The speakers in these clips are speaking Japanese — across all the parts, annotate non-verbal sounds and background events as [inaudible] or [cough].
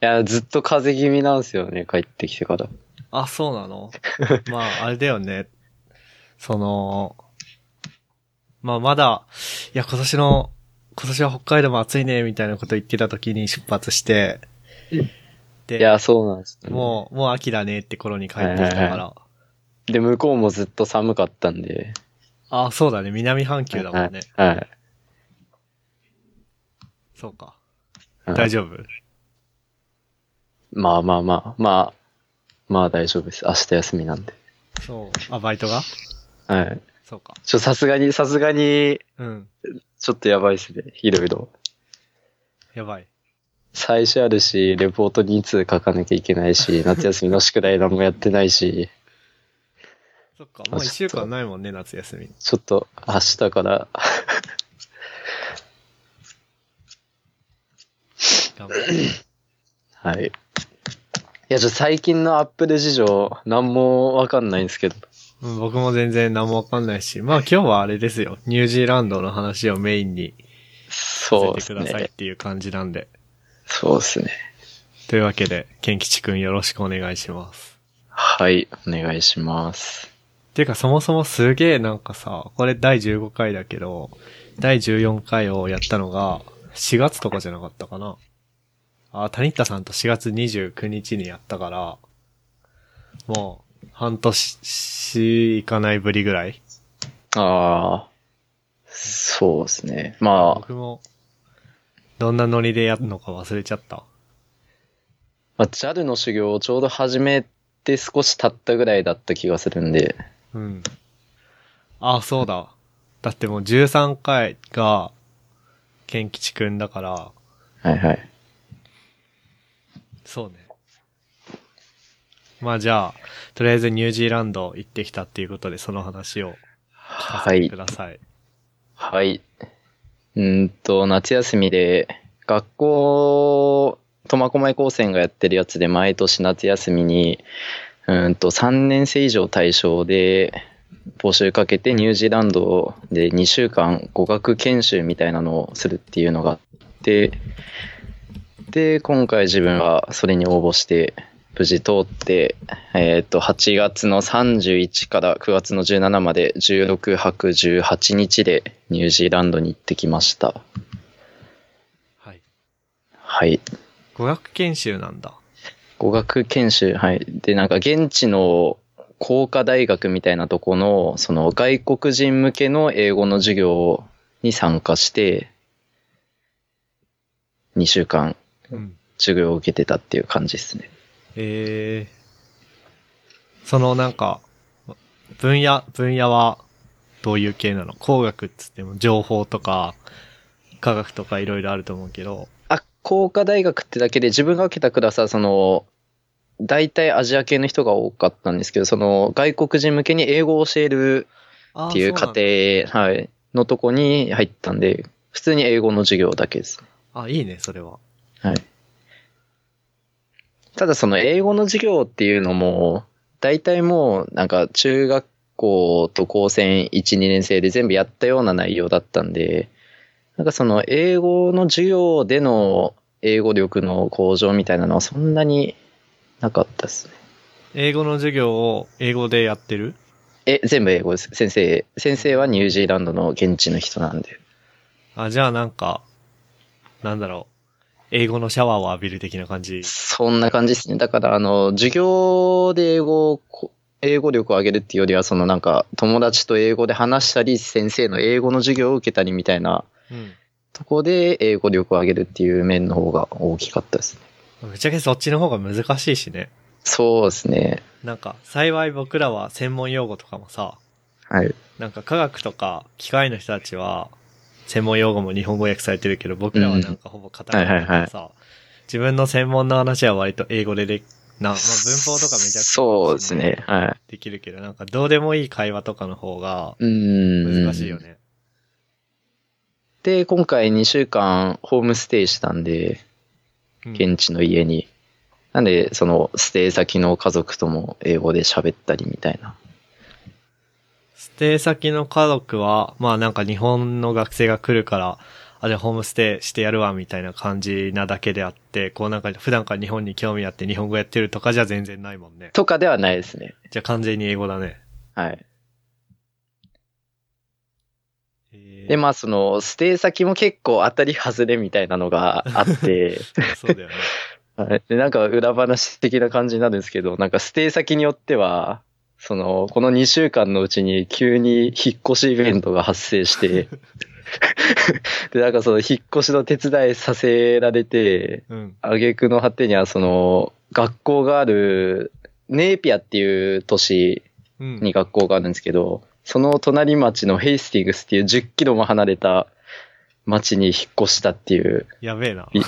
や、ずっと風邪気味なんですよね、帰ってきてから。あ、そうな [laughs] のまあ、あれだよね。その、まあまだ、いや、今年の、今年は北海道も暑いね、みたいなこと言ってた時に出発して、いで、や、そうなんです、ね。もう、もう秋だねって頃に帰ってきたから、はいはいで、向こうもずっと寒かったんで。あ、そうだね、南半球だもんね。はい。はいそうか。うん大丈夫まあまあまあ、まあ、まあ大丈夫です。明日休みなんで。そう。あ、バイトがはい。そうか。ちょ、さすがに、さすがに、うん。ちょっとやばいっすね。いろいろ。やばい。最初あるし、レポート2通書かなきゃいけない [laughs] し、夏休みの宿題何もやってないし、そっか、もう一週ちょっと間ないもんね、夏休み。ちょっと明日から、頑張る。はい。いや、ちょ、最近のアップル事情、何もわかんないんですけど。うん、僕も全然何もわかんないし、まあ今日はあれですよ。ニュージーランドの話をメインにそさうでせてすくださいっね。ていう感じなんで。そうですね。というわけで、ケンキチくんよろしくお願いします。はい、お願いします。ていうかそもそもすげえなんかさ、これ第15回だけど、第14回をやったのが4月とかじゃなかったかな。あ、谷田さんと4月29日にやったから、もう半年しいかないぶりぐらい。ああ、そうですね。まあ、僕も、どんなノリでやるのか忘れちゃった。まあ、JAL の修行をちょうど始めて少し経ったぐらいだった気がするんで、うん。あ、そうだ。だってもう13回が、ケンキチくんだから、はいはい。そうね。まあじゃあ、とりあえずニュージーランド行ってきたっていうことで、その話を聞かはせていく。ださい。はい。うーんと、夏休みで、学校、苫小牧高専がやってるやつで、毎年夏休みに、うーんと、3年生以上対象で、募集かけてニュージーランドで2週間語学研修みたいなのをするっていうのがあって、で、今回自分はそれに応募して、無事通って、えっ、と、8月の31から9月の17まで16泊18日でニュージーランドに行ってきました。はい。はい。語学研修なんだ。語学研修、はい。で、なんか現地の工科大学みたいなとこの、その外国人向けの英語の授業に参加して、2週間うん。授業を受けてたっていう感じですね。えー、そのなんか、分野、分野はどういう系なの工学っつっても情報とか、科学とかいろいろあると思うけど、あ、工科大学ってだけで自分が受けたクラスはその、大体アジア系の人が多かったんですけど、その外国人向けに英語を教えるっっていう過程、はい、のとこに入ったんで、普通に英語の授業だけです。あ、いいね、それは。はい。ただその英語の授業っていうのも、大体もうなんか中学校と高専1、2年生で全部やったような内容だったんで、なんかその英語の授業での英語力の向上みたいなのはそんなになかったですね。英語の授業を英語でやってるえ、全部英語です。先生、先生はニュージーランドの現地の人なんで。あ、じゃあなんか、なんだろう。英語のシャワーを浴びる的な感じ。そんな感じですね。だから、あの、授業で英語をこ、英語力を上げるっていうよりは、そのなんか、友達と英語で話したり、先生の英語の授業を受けたりみたいなうん。とこで、英語力を上げるっていう面の方が大きかったですね。ぶっちゃけそっちの方が難しいしね。そうですね。なんか、幸い僕らは専門用語とかもさ、はい。なんか科学とか機械の人たちは、専門用語も日本語訳されてるけど、僕らはなんかほぼ片言だからさ、自分の専門の話は割と英語でで、な、まあ文法とかめちゃくちゃ。そうですね。。はできるけど、なんかどうでもいい会話とかの方がい。うーん。難しいよ。ね。で、今回2週間、ホームステイしたんで、うん現地の家に。なんで、その、ステイ先の家族とも英語で喋ったりみたいな。ステイ先の家族は、まあなんか日本の学生が来るから、あ、じゃあホームステイしてやるわ、みたいな感じなだけであって、こうなんか普段から日本に興味あって日本語やってるとかじゃ全然ないもんね。とかではないですね。じゃあ完全に英語だね。はい。えーで、まあ、その、ステイ先も結構当たり外れみたいなのがあって、 [laughs] そうだよね。はいで、なんか裏話的な感じになるんですけど、なんかステイ先によっては、その、この2週間のうちに急に引っ越しイベントが発生して、で、なんかその引っ越しの手伝いさせられて、うん。挙句の果てにはその、学校がある、ネーピアっていう都市うん。に学校があるんですけど、その隣町のヘイスティングスっていう10キロも離れた町に引っ越したっていう、やべえな。い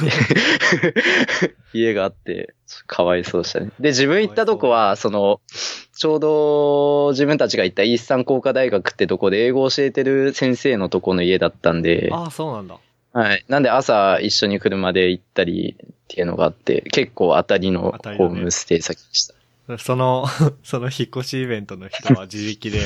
家があって、かわいそうでしたね。で、自分行ったとこは、その、ちょうど自分たちが行ったイースタン工科大学ってとこで英語を教えてる先生のとこの家だったんで、ああ、そうなんだ。はい。なんで朝一緒に車で行ったりっていうのがあって、結構当たりの当たりだホーねムステイ先でした。その、 [laughs] その引っ越しイベントの人は自 [laughs] 力で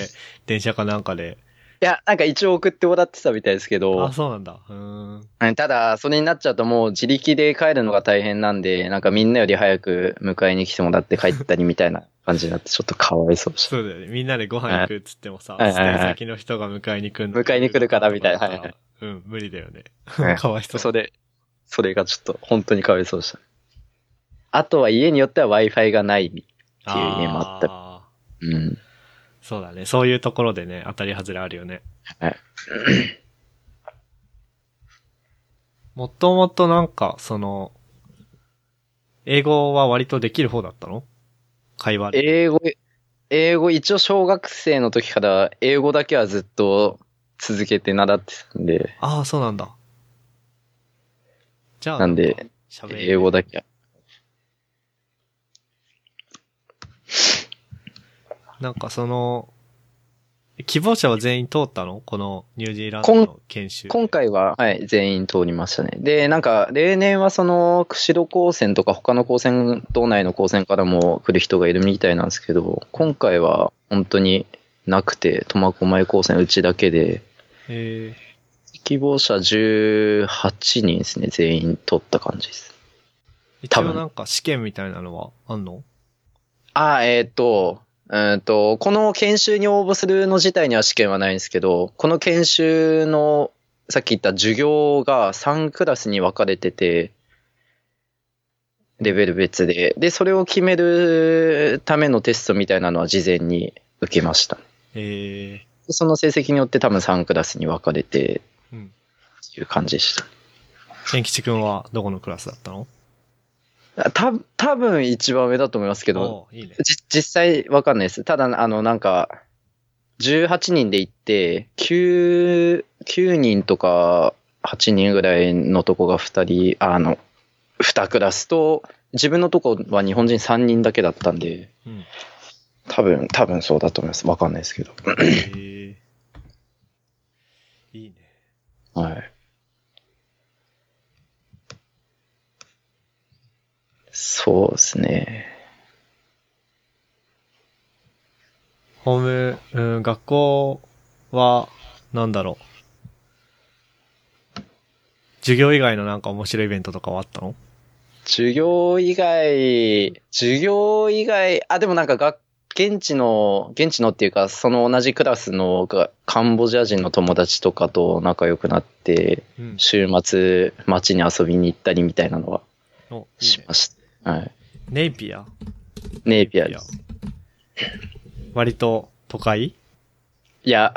電車かなんかで。いや、なんか一応送ってもらってたみたいですけどあ、そうなんだ。うーん。はいただ、それになっちゃうともう自力で帰るのが大変なんで、なんかみんなより早く迎えに来てもらって帰ったりみたいな感じになって、ちょっとかわいそうでした。そうだよね。みんなでご飯行くっつってもさ、はいステイ先の人が迎えに来るの迎えに来るからみたいなだかはいらうん、無理だよね。はい [laughs] かわいそう。それ、それがちょっと本当にかわいそうでした。あとは家によっては Wi-Fi がない。っていう家もあったあうん。ーそうだね。そういうところでね、当たり外れあるよね。はい。 [coughs] もともとなんか、その、英語は割とできる方だったの会話で。英語、英語、一応小学生の時から英語だけはずっと続けて習ってたんで、ああ、そうなんだ。じゃあ、なんでか、喋れ英語だけは。なんかその、希望者は全員通ったのこのニュージーランドの研修。今回は、はい、全員通りましたね。で、なんか、例年はその、釧路高専とか他の高専、道内の高専からも来る人がいるみたいなんですけど、今回は本当になくて、苫小牧高専うちだけで、えー希望者18人ですね、全員取った感じです。一多応分なんか試験みたいなのはあんのあー、えっ、と、うーんと、この研修に応募するの自体には試験はないんですけど、この研修の、さっき言った授業が3クラスに分かれてて、レベル別で。で、それを決めるためのテストみたいなのは事前に受けました。えその成績によって多分3クラスに分かれてー、うん。っていう感じでした。千吉くんはどこのクラスだったのあた多分一番上だと思いますけど、おーいいね。じ実際わかんないです。ただ、あの、なんか、18人で行って、9、9人とか8人ぐらいのとこが2人、あの、2クラスと、自分のとこは日本人3人だけだったんで、うん。多分、多分そうだと思います。わかんないですけど。えー、いいね。はい。そうですね。ホーム、うん、学校は、なんだろう。授業以外のなんか面白いイベントとかはあったの授業以外、授業以外、あ、でもなんかが、現地の、現地のっていうか、その同じクラスのがカンボジア人の友達とかと仲良くなって、うん。週末、街に遊びに行ったりみたいなのはおいいしねました。はい。ネイピアネイピアです。割と都会いや、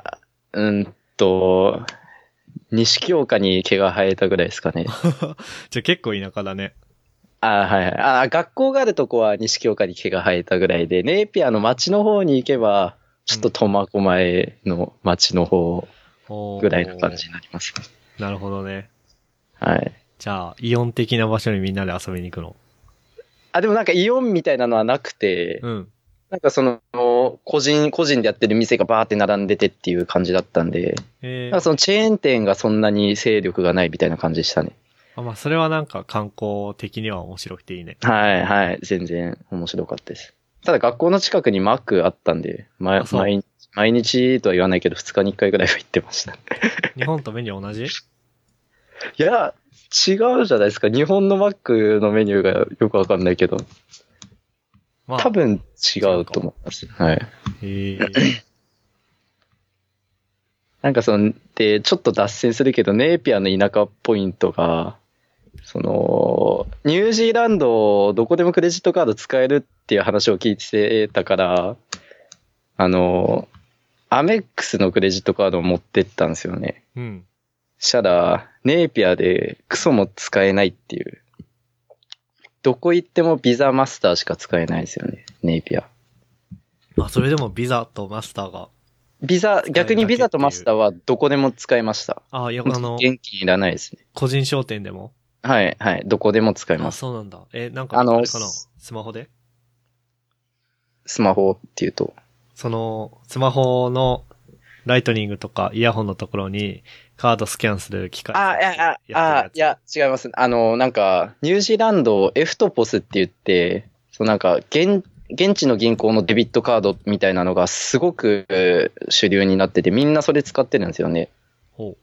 うんと、西京華に毛が生えたぐらいですかね。じゃあ結構田舎だね。あはいはい。あ学校があるとこは西京華に毛が生えたぐらいで、ネイピアの町の方に行けば、ちょっと苫小牧の町の方おーぐらいの感じになりますね。なるほどね。はい。じゃあ、イオン的な場所にみんなで遊びに行くの。あ、でもなんかイオンみたいなのはなくて、うん。なんかその、個人、個人でやってる店がバーって並んでてっていう感じだったんで、えなんかー、そのチェーン店がそんなに勢力がないみたいな感じでしたね。あまあ、それはなんか観光的には面白くていいね。はいはい。全然面白かったです。ただ学校の近くにマックあったんで、まあそう毎日毎日とは言わないけど、2日に1回ぐらいは行ってました。日本と目に同じいや、違うじゃないですか。日本のマックのメニューがよくわかんないけど、まあ、多分違うと思います。はい。ええなんかその、で、ちょっと脱線するけど、ネイピアの田舎ポイントが、その、ニュージーランド、どこでもクレジットカード使えるっていう話を聞いてたから、あの、アメックスのクレジットカードを持ってったんですよね。うん。したら、ネイピアでクソも使えないっていう。どこ行ってもビザマスターしか使えないんですよね、ネイピア。 [coughs] まあ、それでもビザとマスターが、ビザ、えるだけ逆にビザとマスターはどこでも使えました。ああ、いや、あの、現金いらないですね。個人商店でも。はい、はい。どこでも使えまあ、す。そうなんだ。え、なんか、ああのれかなスマホでスマホっていうと。その、スマホのライトニングとかイヤホンのところにカードスキャンする機 [laughs] 械。あ、いや、あ、あ、いや、違います。あの、なんか、ニュージーランド、エフトポスって言って、そのなんか、現、現地の銀行のデビットカードみたいなのがすごくえー主流になってて、みんなそれ使ってるんですよね。ほ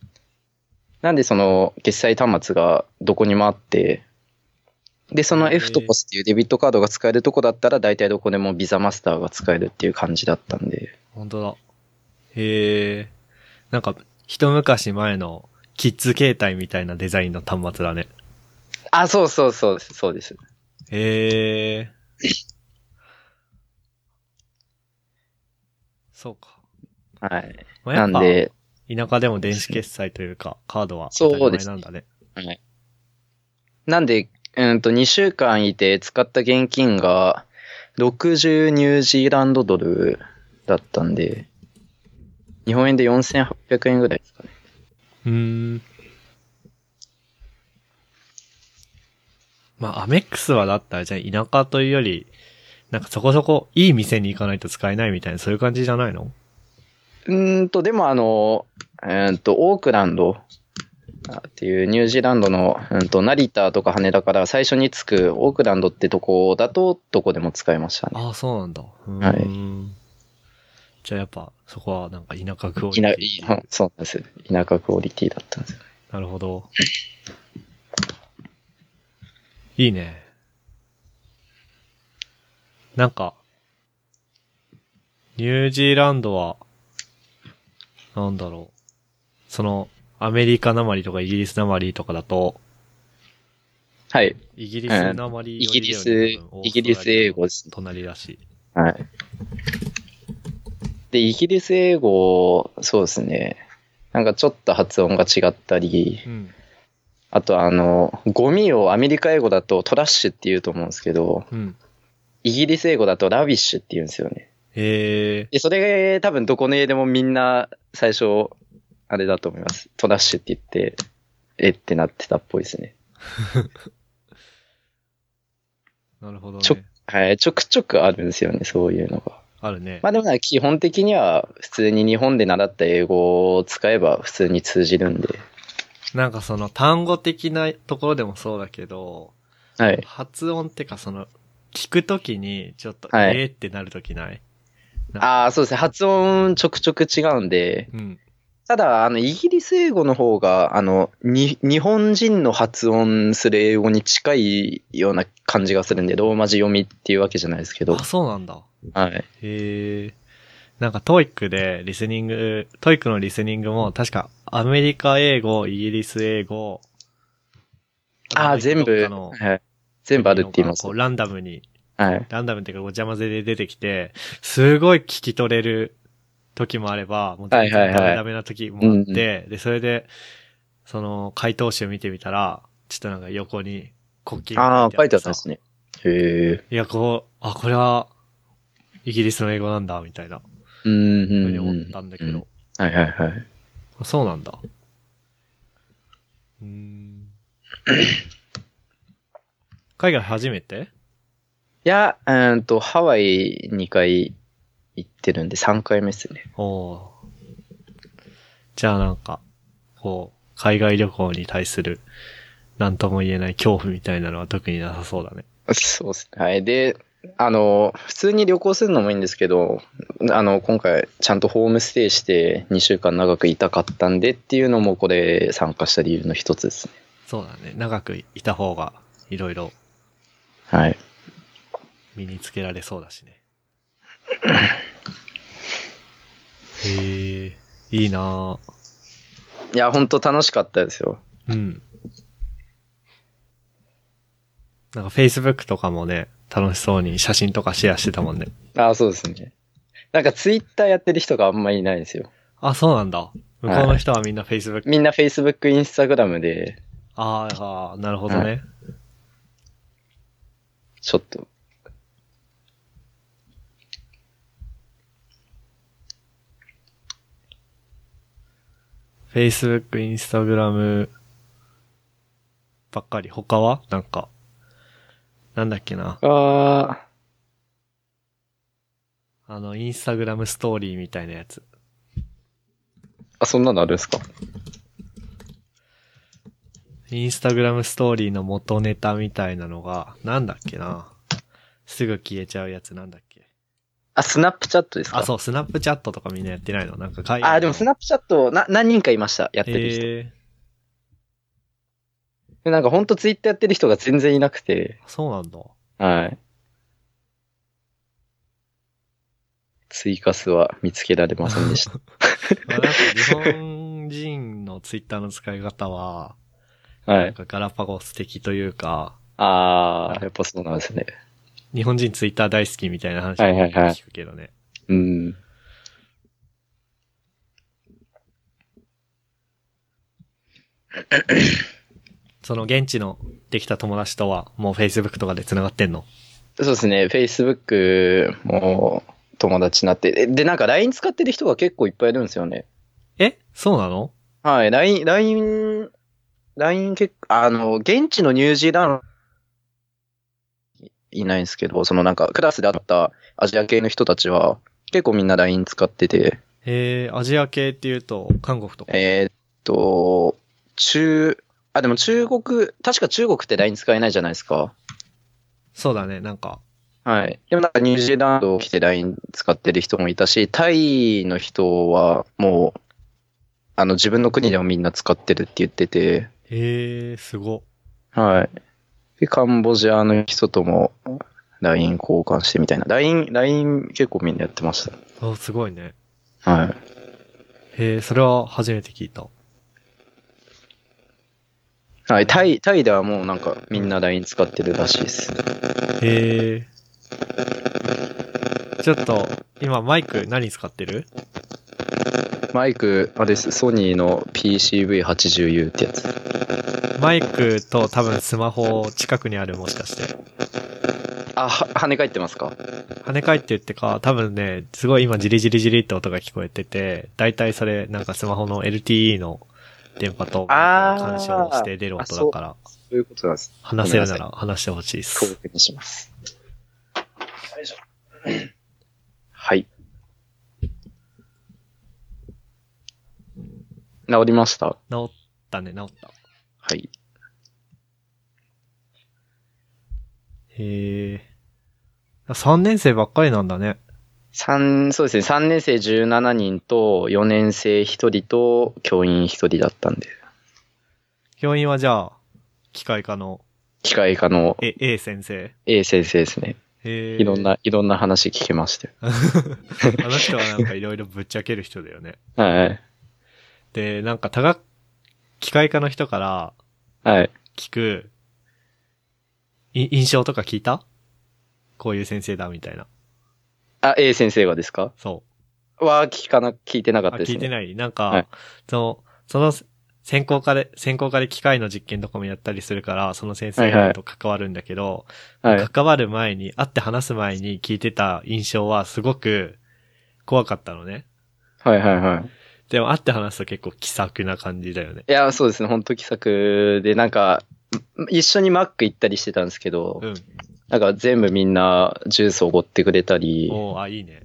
なんでその決済端末がどこにもあって、で、そのへー F とポスっていうデビットカードが使えるとこだったら、大体どこでもビザマスターが使えるっていう感じだったんでう。。本当だ。へえ。なんか、一昔前のキッズ携帯みたいなデザインの端末だね。あ、そうそうそうです、そうです。へえ。 [coughs] そうか。はい。まあ、やなっんぱ、で、田舎でも電子決済というか、カードはそう当たでり前すなんだね。なんで、うんと、2週間いて使った現金が60ニュージーランドドルだったんで、日本円で4800円ぐらいですかね。うーん。まあ、アメックスはだったら、じゃあ田舎というより、なんかそこそこいい店に行かないと使えないみたいな、そういう感じじゃないのうーんと、でもあの、うーんと、オークランドっていうニュージーランドの、うんと、成田とか羽田から最初に着くオークランドってとこだと、どこでも使えましたね。ああ、そうなんだ。うーん。はいじゃあやっぱ、そこはなんか田舎クオリいなテいィ。やそうなんです。田舎クオリティだったんですよ。なるほど。いいね。なんか、ニュージーランドは、なんだろう。その、アメリカなまりとかイギリスなまりとかだと、はい。イギリスなまり、イギリス、イギリス英。語ですね。隣だし。はい。で、イギリス英語、そうですね。なんかちょっと発音が違ったり、うん。あとあの、ゴミをアメリカ英語だとトラッシュって言うと思うんですけど、うん。イギリス英語だとラビッシュって言うんですよね。えで、それ多分どこの家でもみんな最初、あれだと思います。トラッシュって言って、えってなってたっぽいですね。ー、なるほどちょね。はい、ちょくちょくあるんですよね、そういうのが。あるね。まあでもなんか基本的には普通に日本で習った英語を使えば普通に通じるんで。なんかその単語的なところでもそうだけど、はい。発音ってかその、聞くときに、ちょっと、はいえーってなるときないああ、そうですね。発音ちょくちょく違うんで。うん。ただ、あの、イギリス英語の方が、あの、に、日本人の発音する英語に近いような感じがするんで、ローマ字読みっていうわけじゃないですけどあ、。そうなんだ。はい。へえ。なんかトイックでリスニング、トイックのリスニングも確かアメリカ英語、イギリス英語、ああ、全どっ部、かのはい。全部あるって言いますこ。うランダムに、はい。ランダムっていうかごちゃ混ぜで出てきて、すごい聞き取れる時もあれば、もう全はい然はいダはいメダメな時もあって、で、それで、その回答集見てみたら、ちょっとなんか横に国旗ああ、書いてあったんさですね。へえ。いや、こう、あ、これは、イギリスの英語なんだ、みたいな、うーん。ふううんにう思ったんだけど。うはいはいはい。そうなんだ。うー [laughs] ん。海外初めていや、うーんと、ハワイ2回行ってるんで、3回目ですね。おおー。じゃあなんか、こう、海外旅行に対する、なんとも言えない恐怖みたいなのは特になさそうだね。そうですね。はい。で、あの、普通に旅行するのもいいんですけど、あの、今回ちゃんとホームステイして2週間長くいたかったんでっていうのもこれ参加した理由の一つですね。そうだね。長くいた方が、いろいろはい。身につけられそうだしね。 [laughs] へえ、いいないや、本当楽しかったですよ。ぁ。うん。なんか Facebook とかもね、楽しそうに写真とかシェアしてたもんね。ああ、そうですね。なんかツイッターやってる人があんまりいないんですよ。あ、そうなんだ。向こうの人はみんな Facebook。みんな Facebook、Instagram で、あーあー、なるほどね。ちょっと。 Facebook、Instagram ばっかり。他はなんか、なんだっけな。ああ、あの、Instagram ストーリーみたいなやつ。あ、そんなのあるんですかインスタグラムストーリーの元ネタみたいなのが、なんだっけな。すぐ消えちゃうやつなんだっけ。あ、スナップチャットですかあ、そう、スナップチャットとかみんなやってないのなんか海あー、でもスナップチャット、な、何人かいました。やってる人。えでなんかほんとツイッターやってる人が全然いなくて。ー、そうなんだ。はい。追加数は見つけられませんでした。まあ、なんか日本人のツイッターの使い方は、はなんい。かガラパゴス的というか、あー、やっぱそうなんですね。日本人ツイッター大好きみたいな話はいはいはい聞くけどね。うん。その現地のできた友達とは、もう Facebook とかで繋がってんのそうですね。Facebook も友達になって。えで、なんか LINE 使ってる人が結構いっぱいいるんですよね。えそうなのはい。LINE、LINE、LINE 結構、あの、現地のニュージーランドいないんですけど、そのなんかクラスで会ったアジア系の人たちは結構みんな LINE 使ってて、えー、アジア系っていうと、韓国とか。えーっと、中、あ、でも中国、確か中国って LINE 使えないじゃないですか。そうだね、なんか、はい。でもなんかニュージーランド来て LINE 使ってる人もいたし、タイの人はもう、あの自分の国でもみんな使ってるって言ってて、えー、すご。はい。で、カンボジアの人とも LINE 交換してみたいな。LINE、LINE 結構みんなやってましあ、すごいね。た。はい。へえ、それは初めて聞いた。はい、タイ、タイではもうなんかみんな LINE 使ってるらしいです。へえ。ちょっと、今マイク何使ってるマイク、あれです、ソニーの PCV80U ってやつ。マイクと多分スマホ近くにあるもしかして。あ、は、跳ね返ってますか跳ね返ってってか、多分ね、すごい今ジリジリジリって音が聞こえてて、だいたいそれなんかスマホの LTE の電波とあー干渉して出る音だから、そういうことなんです。話せるなら話してほしいっ遠す。くにします。はい。治りました治ったね、治った。はい。へえ。3年生ばっかりなんだね。三、そうですね、3年生17人と、4年生1人と、教員1人だったんで、教員はじゃあ、機械科の機械科のえ A 先生。 A 先生ですね。へーいろ [laughs] ん。な、いろんな話聞けまして。あの人はなんかいろいろぶっちゃける人だよね。はい。で、なんか多学、機械科の人からはい。聞く、い印象とか聞いたこういう先生だみたいな。あ、A 先生がですかそは聞かな、聞いてなかう。ったあ、です聞いてね。ないなんか、はいその、その、専攻科で、専攻科で機械の実験とかもやったりするから、その先はいは生いと関わるんだけど、はい。関わる前に、会って話す前に聞いてた印象はすごく怖かったのね。はいはいはい。でも会って話すと結構気さくな感じだよね。いや、そうですね、本当気さくで、なんか、一緒にマック行ったりしてたんですけど、うん。なんか全部みんなジュースおごってくれたり、おーあ、いいね。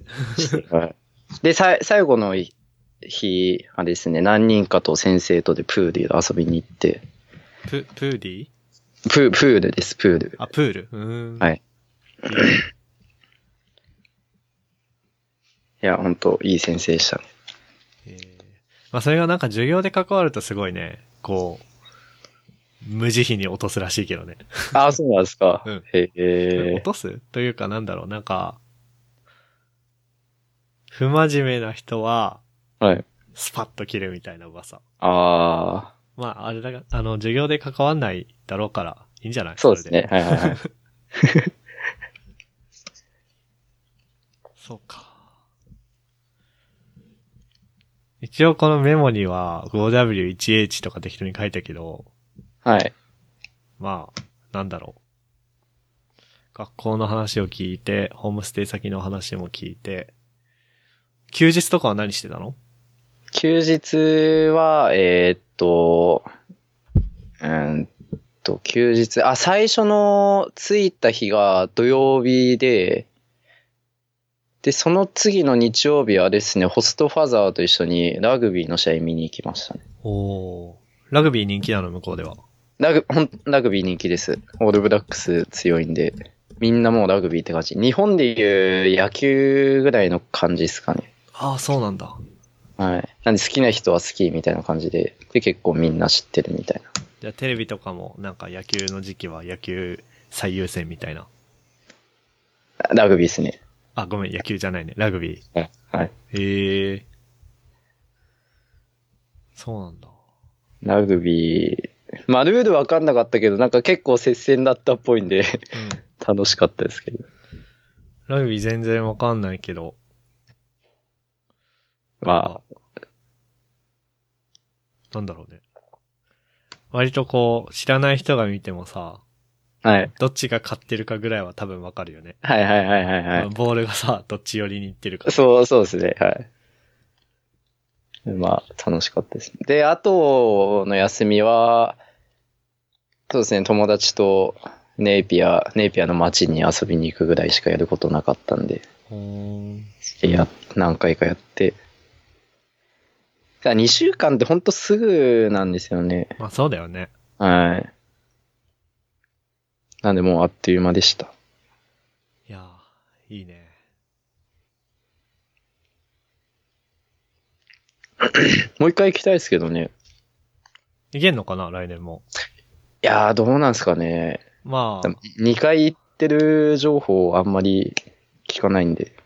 はいで、さい最後の日、あれですね、何人かと先生とでプール遊びに行って、プ、プーディーププールです、プール。あ、プールうーん。はいいいね。いや、本当いい先生でしたね。えーまあそれがなんか授業で関わるとすごいね、こう、無慈悲に落とすらしいけどね。ああ、そうなんですか。うんへ落え。とすというかなんだろう、なんか、不真面目な人は、はい。スパッと切るみたいな噂。ああ、まあ、あれだが、あの、授業で関わんないだろうから、いいんじゃないそうですね。。はいはい [laughs] はい。れでそうか。一応このメモには 5W1H とか適当に書いたけど、はい。まあ、なんだろう。学校の話を聞いて、ホームステイ先の話も聞いて、休日とかは何してたの休日は、えーっと、うーんと、休日、あ、最初の着いた日が土曜日で、で、その次の日曜日はですね、ホストファザーと一緒にラグビーの試合見に行きましたね。おーラグビー人気なの向こうでは。ラグ、ほん、ラグビー人気です。オールブラックス強いんで、みんなもうラグビーって感じ。日本でいう野球ぐらいの感じですかね。ああ、そうなんだ。はい。なんで好きな人は好きみたいな感じで、で、結構みんな知ってるみたいな。じゃあテレビとかもなんか野球の時期は野球最優先みたいな。ラグビーですね。あ、ごめん、野球じゃないね。ラグビはい。ー。へえ。そうなんだ。ラグビー。まあ、ルールわかんなかったけど、なんか結構接戦だったっぽいんで、 [laughs] うん。楽しかったですけど。ラグビー全然わかんないけど。まあ。なんだろうね。割とこう、知らない人が見てもさ、あ、はい。どっちが勝ってるかぐらいは多分わかるよね。はいはいはいはいはまあい。ボールがさ、どっち寄りに行ってるか。そう、そうですね。はい。まあ、楽しかったです。で、あとの休みは、そうですね、友達とネイピア、ネイピアの街に遊びに行くぐらいしかやることなかったんで、ほーんや、何回かやって。だ2週間ってほんとすぐなんですよね。まあそうだよね。はい。なんでもうあっという間でした。いやー、いいね。もう一回行きたいですけどね。いけんのかな来年も。いやー、どうなんすかね。まあ、 2回行ってる情報あんまり聞かないんで。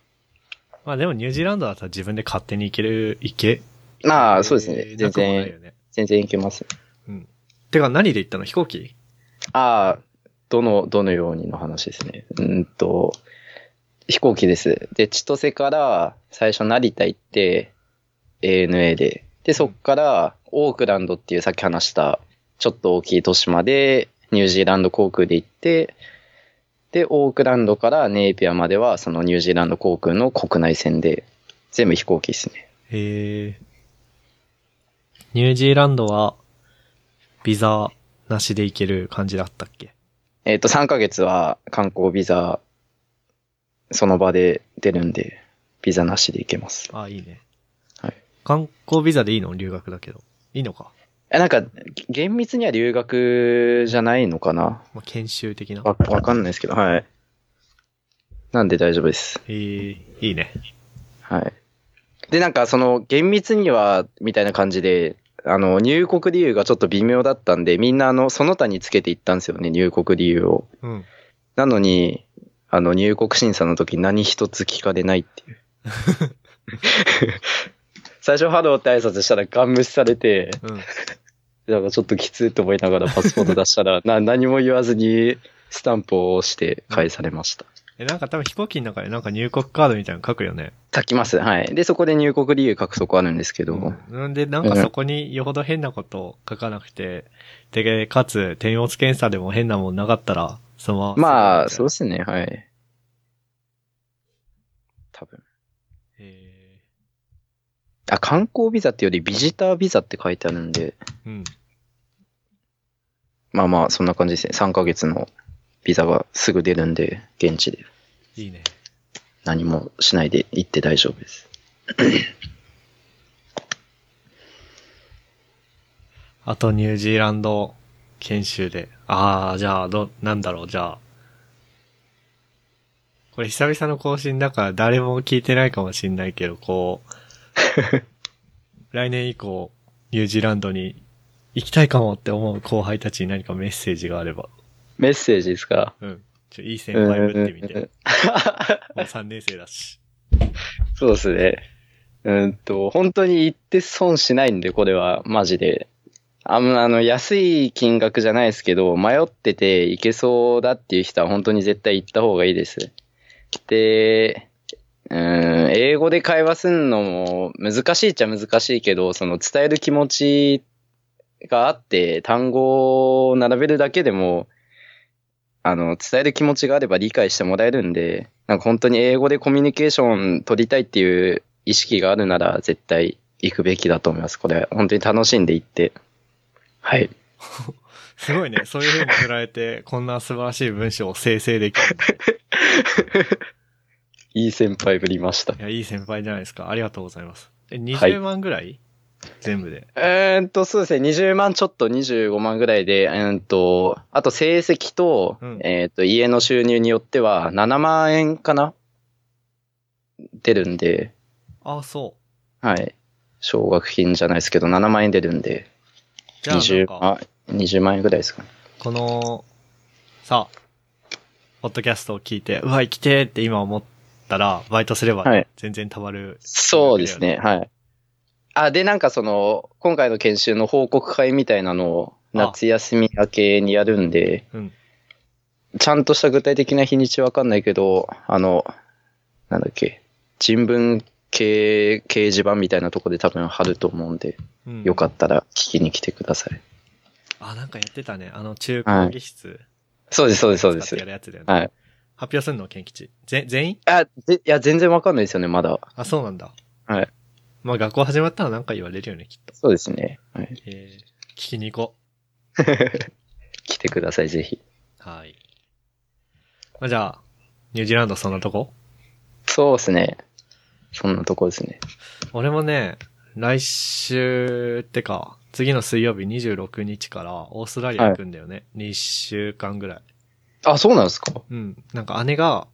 まあでもニュージーランドだったら自分で勝手に行ける、行け。まあ、そうですえね。ー全なくもない然、よね。全然行けます。うん。てか何で行ったの飛行機ああ、どの、どのようにの話ですね。うーんと、飛行機です。で、千歳から最初成田行って、ANA で。で、そっからオークランドっていうさっき話したちょっと大きい都市までニュージーランド航空で行って、で、オークランドからネイピアまではそのニュージーランド航空の国内線で、全部飛行機ですね。えー、ニュージーランドは、ビザなしで行ける感じだったっけえっ、と、3ヶ月は観光ビザ、その場で出るんで、ビザなしで行けます。あ、いいね。はい。観光ビザでいいの留学だけど。いいのか。え、なんか、厳密には留学じゃないのかなまあ、研修的な。わ、わかんないですけど、はい。なんで大丈夫です。えー、いいね。はい。で、なんか、その、厳密には、みたいな感じで、あの、入国理由がちょっと微妙だったんで、みんな、あの、その他につけていったんですよね、入国理由を。うん。なのに、あの、入国審査の時何一つ聞かれないっていう。最初、ハローって挨拶したらガン無視されて、うん。なんかちょっときついと思いながらパスポート出した [laughs] ら、な何も言わずにスタンプを押して返されました。え、なんか多分飛行機の中でなんか入国カードみたいなの書くよね。書きます。はい。で、そこで入国理由書くとこあるんですけど、なんで、なんかそこによほど変なことを書かなくて、で、かつ、手荷物検査でも変なもんなかったら、そのまま。まあ、そうう。ですね、はい。多分。えあ、観光ビザっていうよりビジタービザって書いてあるんで、ーうん。まあまあ、そんな感じですね。3ヶ月のビザがすぐ出るんで、現地でいいね。何もしないで行って大丈夫です。あと、ニュージーランド研修で。ああ、じゃあ、ど、なんだろう、じゃあ。これ久々の更新だから誰も聞いてないかもしんないけど、こう、来年以降、ニュージーランドに行きたいかもって思う後輩たちに何かメッセージがあれば、メッセージですかうん。ちょいい先輩ぶってみて。もう3年生だし。そうですね。うんと、本当に行って損しないんで、これは、マジで。あの、あの安い金額じゃないですけど、迷ってて行けそうだっていう人は本当に絶対行った方がいいです。で、うん、英語で会話すんのも難しいっちゃ難しいけど、その伝える気持ちがあって、単語を並べるだけでも、あの、伝える気持ちがあれば理解してもらえるんで、なんか本当に英語でコミュニケーション取りたいっていう意識があるなら絶対行くべきだと思います。これ、本当に楽しんで行って。はい。すごいね。そういう風に振られて、こんな素晴らしい文章を生成できる。いい先輩ぶりましたい。や、いい先輩じゃないですか。ありがとうございます。え、はい20万ぐらい、全部で。えーっと、そうですね。20万ちょっと25万ぐらいで、えーっと、あと成績と、うんえーっと、家の収入によっては7万円かな出るんで、ああ、そう。はい。奨学金じゃないですけど、7万円出るんで、じゃあなん20か、万、20万円ぐらいですかね。この、さあ、ポッドキャストを聞いて、うわ、生きてーって今思ったら、バイトすればはい、全然たまる。そうですね、はい。あ、で、なんかその、今回の研修の報告会みたいなのを、夏休み明けにやるんで、うん。ちゃんとした具体的な日にちわかんないけど、あの、なんだっけ、人文系掲示板みたいなとこで多分貼ると思うんで、うん、よかったら聞きに来てください。あ、なんかやってたね。あの、中高技室。そうです、そうです、そうで使ってやす。るやつだよね。はい。発表すんの研吉。ぜ、全員あ、でいや、全然わかんないですよね、まだ。あ、そうなんだ。はい。まあ、学校始まったらなんか言われるよね、きっと。そうですね。はい。えー、聞きに行こ来てください、ぜひ。う。はい。まあ、じゃあ、ニュージーランドそんなとこそうですね。そんなとこですね。俺もね、来週ってか、次の水曜日26日からオーストラリア行くんだよね。2週間ぐらい。あ、そうなんですかうん。なんか姉が、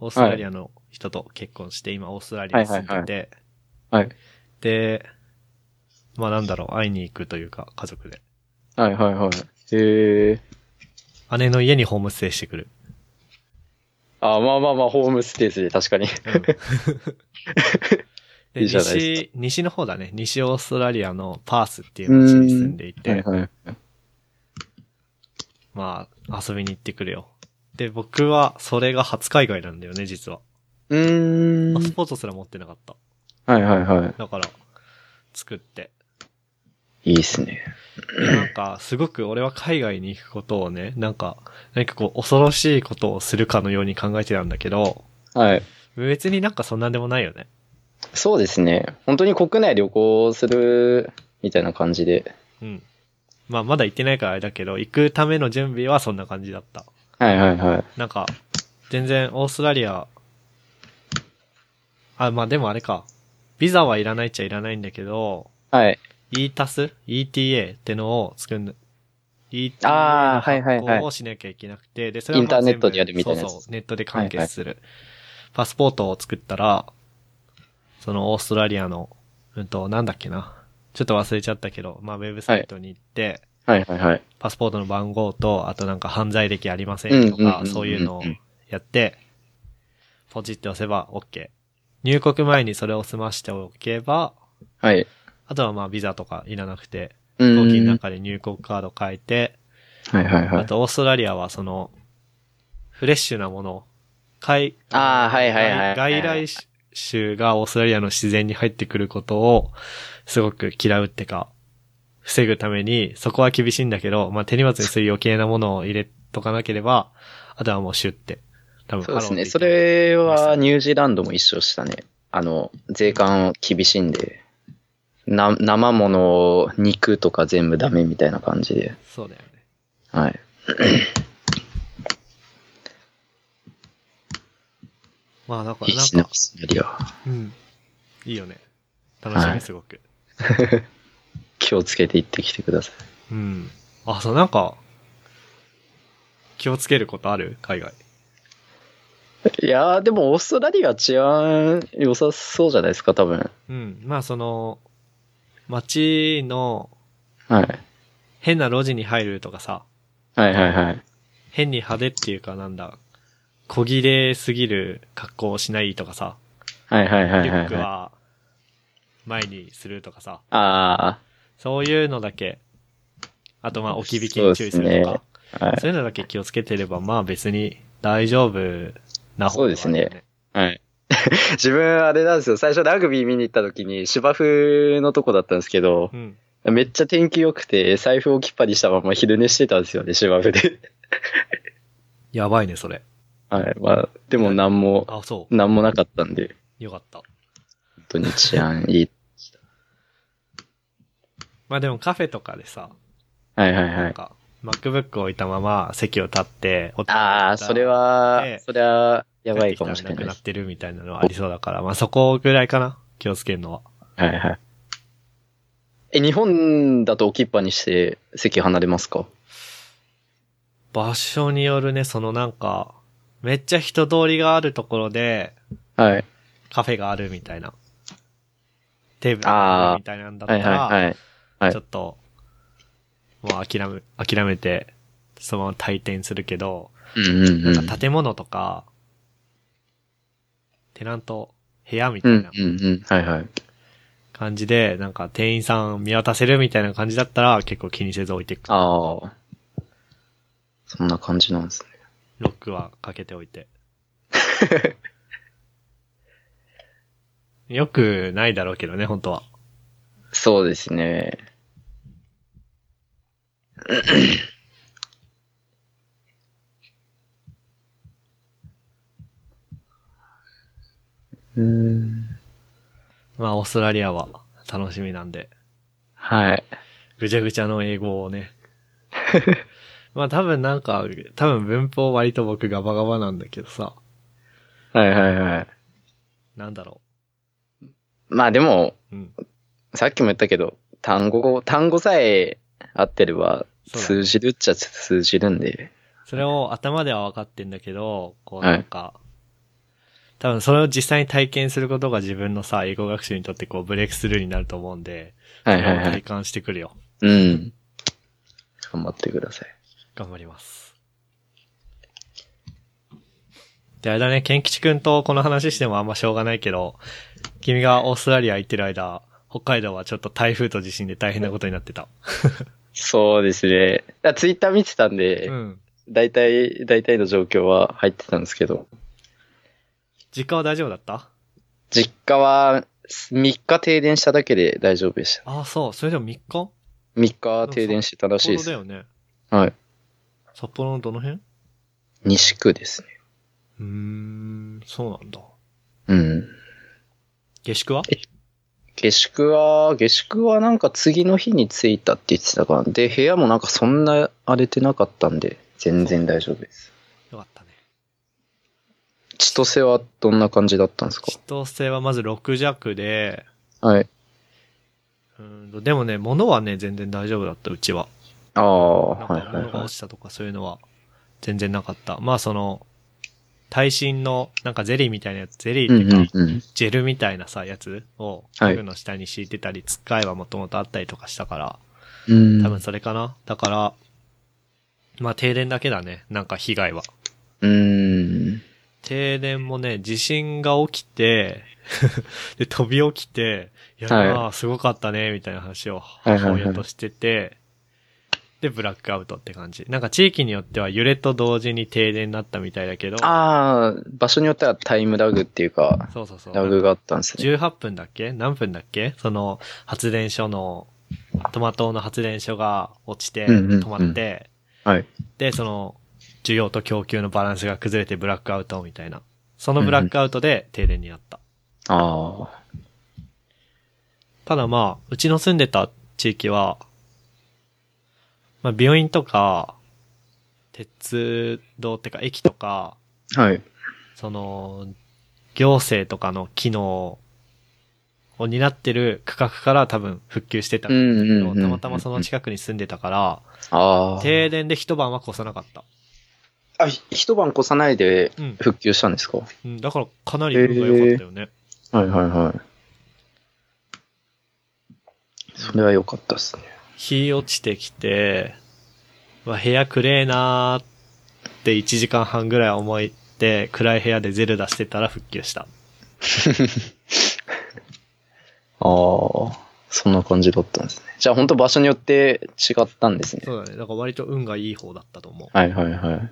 オーストラリアの人と結婚して、今オーストラリアに住んでて、はいははい。で、まあなんだろう、会いに行くというか、家族で。はいはいはい。へえ。姉の家にホームステイしてくる。あ、まあまあまあ、ホームステージで確かに。 [laughs] うんでいいじゃないです西、西の方だね。西オーストラリアのパースっていう街に住んでいて、はい。まあ、遊びに行ってくるよ。で、僕は、それが初海外なんだよね、実は。うーパスん。ポートすら持ってなかった。はいはいはだから、作って。い。いいっすね。でなんか、すごく俺は海外に行くことをね、なんか、何かこう、恐ろしいことをするかのように考えてたんだけど、はい。別になんかそんなんでもないよね。そうですね。本当に国内旅行するみたいな感じで。うん。まあ、まだ行ってないからあれだけど、行くための準備はそんな感じだった。はいはいはい。なんか、全然オーストラリア、あ、まあでもあれか。ビザはいらないっちゃいらないんだけど、はい。 e タス ?ETA ってのを作るんだ。ETA あーのはいはいはい発行をしなきゃいけなくて、で、それはまあインターネット全部でやるみたいなやつそうそう、ネットで完結する。パスポートを作ったら、そのオーストラリアの、うんと、なんだっけな。ちょっと忘れちゃったけど、まあウェブサイトに行って、はいはいはい。パスポートの番号と、あとなんか犯罪歴ありませんとうんうんうんかう、んそういうのをやって、ポチって押せば OK。入国前にそれを済ましておけば、はい。あとはまあビザとかいらなくて、う飛行機のん。中で入国カード変えて、はいはいはあい。とオーストラリアはその、フレッシュなもの、海、あーはいはいはいはい外来種がオーストラリアの自然に入ってくることを、すごく嫌うってか、防ぐために、そこは厳しいんだけど、まあ、手荷物にそういう余計なものを入れとかなければ、あとはもうシュって。多分そうですハローって言っね。てそれはニュージーランドも一緒したね。あの、税関厳しいんで。な生物、肉とか全部ダメみたいな感じで。そうだよね。はい。まあ、だかいらいなんシナかプ、スなりは。うん。いいよね。楽しはみ、いすごく。気をつけて行ってきてください。うん。あ、そう、なんか、気をつけることある海外。いやー、でもオーストラリア治安良さそうじゃないですか、多分。うん。まあその、街のはい。変な路地に入るとかさ、はいはいはい。変に派手っていうかなんだ、小切れすぎる格好をしないとかさ、はいはいはいリュはッい、クはい。は前にするとかさ、あそういうのだけ、あとまあ置き引きに注意するとか、あ、はい。そういうのだけ気をつけてれば、まあ別に大丈夫な方そうですね。はい。 [laughs] 自分、あれなんですよ。最初ラグビー見に行った時に芝生のとこだったんですけど、うん。めっちゃ天気良くて、財布をきっぱりしたまま昼寝してたんですよね、芝生で。やばいね、それ。はい。まあ、でも何も、あ、そ何もなかったんで、う。よかった。本当に治安いい。まあでもカフェとかでさ、はいはいはなんい。か、MacBook を置いたまま席を立って、ああ、それ、はで、それは、ややばいかもしれないなでくなっす。てるみたいなのはありそうだから、まあそこぐらいかな、気をつけるのは。はいはい。え、日本だと置きっぱにして席離れますか場所によるね、そのなんか、めっちゃ人通りがあるところで、はい。カフェがあるみたいな。テーブルあがあーるみたいなんだっはたいはいら、はい。はいちょっと、もう諦め、諦めて、そのまま退店するけど、うんうんうん。建物とか、テナント、部屋みたういんなうんうん。はいはい。感じで、なんか店員さん見渡せるみたいな感じだったら、結構気にせず置いていく。ああ。そんな感じなんですね。ロックはかけておいて。よくないだろうけどね、本当は。そうですね。うん。まあ、オーストラリアは楽しみなんで、はい。ぐちゃぐちゃの英語をね。まあ多分なんか、多分文法割と僕ガバガバなんだけどさ、はいはいはい。なんだろまあでも、う。うん。さっきも言ったけど、単語、単語さえ合ってれば、そうだね通じるっちゃ通じるんで。それを頭では分かってんだけど、こうはいなんか、多分それを実際に体験することが自分のさ、英語学習にとってこうブレイクスルーになると思うんで、はいはいそはれをい体。感してくるよ。うん。頑張ってください。頑張ります。で、あれだね、ケンキチ君とこの話してもあんましょうがないけど、君がオーストラリア行ってる間、北海道はちょっと台風と地震で大変なことになってた。そうですね。ツイッター見てたんで、うん。大体、大体の状況は入ってたんですけど、実家は大丈夫だった実家は3日停電しただけで大丈夫でした。ああ、そう。それでも3日3日停電してたらしいで札幌だす。よね。はい。札幌のどの辺う西区ですね。ーん、そうなんだ。うん。下宿は下宿は、下宿はなんか次の日に着いたって言ってたから、で、部屋もなんかそんな荒れてなかったんで、全然大丈夫です。よかったね。千歳はどんな感じだったんですか千歳はまず6弱で、はい。うーんと、でもね、物はね、全然大丈夫だった、うちは。ああ、はなんかいはい物がはい落。ちたとかそういうのは全然なかった。まあその、耐震のなんかゼリーみたいなやつ、ゼリーうっていんうか、うんうん。ジェルみたいなさ、やつを家具の下に敷いてたり、使えばもともとあったりとかしたから、うん多分それかな。だから、まあ停電だけだね、なんか被害は。うーん。停電もね、地震が起きて、 [laughs] で、飛び起きて、いや、はいまあ、すごかったね、みたいな話をいはいは母い親としてて、で、ブラックアウトって感じ。なんか地域によっては揺れと同時に停電になったみたいだけど、ああ、場所によってはタイムラグっていうか、そうそうそう。ラグがあったんですね。 18分だっけ何分だっけその、発電所の、トマトの発電所が落ちて、うんうんうん止まって、はい。で、その、需要と供給のバランスが崩れてブラックアウトみたいな。そのブラックアウトで停電になった。ああ。ただまあ、うちの住んでた地域は、まあ病院とか、鉄道ってか駅とか、はい。その、行政とかの機能を担ってる区画から多分復旧してたんだうんけうんうんど、うんたまたまその近くに住んでたから、ああ。停電で一晩は越さなかった。あ、ひ一晩越さないでうん。復旧したんですかうん、だからかなり運が良かったよね。はいはいはい。それは良かったですね。日落ちてきて、まあ、部屋暗えなーって1時間半ぐらい思いって、暗い部屋でゼルダしてたら復旧した。ああ、そんな感じだったんですね。じゃあ本当場所によって違ったんですね。そうだね。だから割と運がいい方だったと思う。はいはいはい。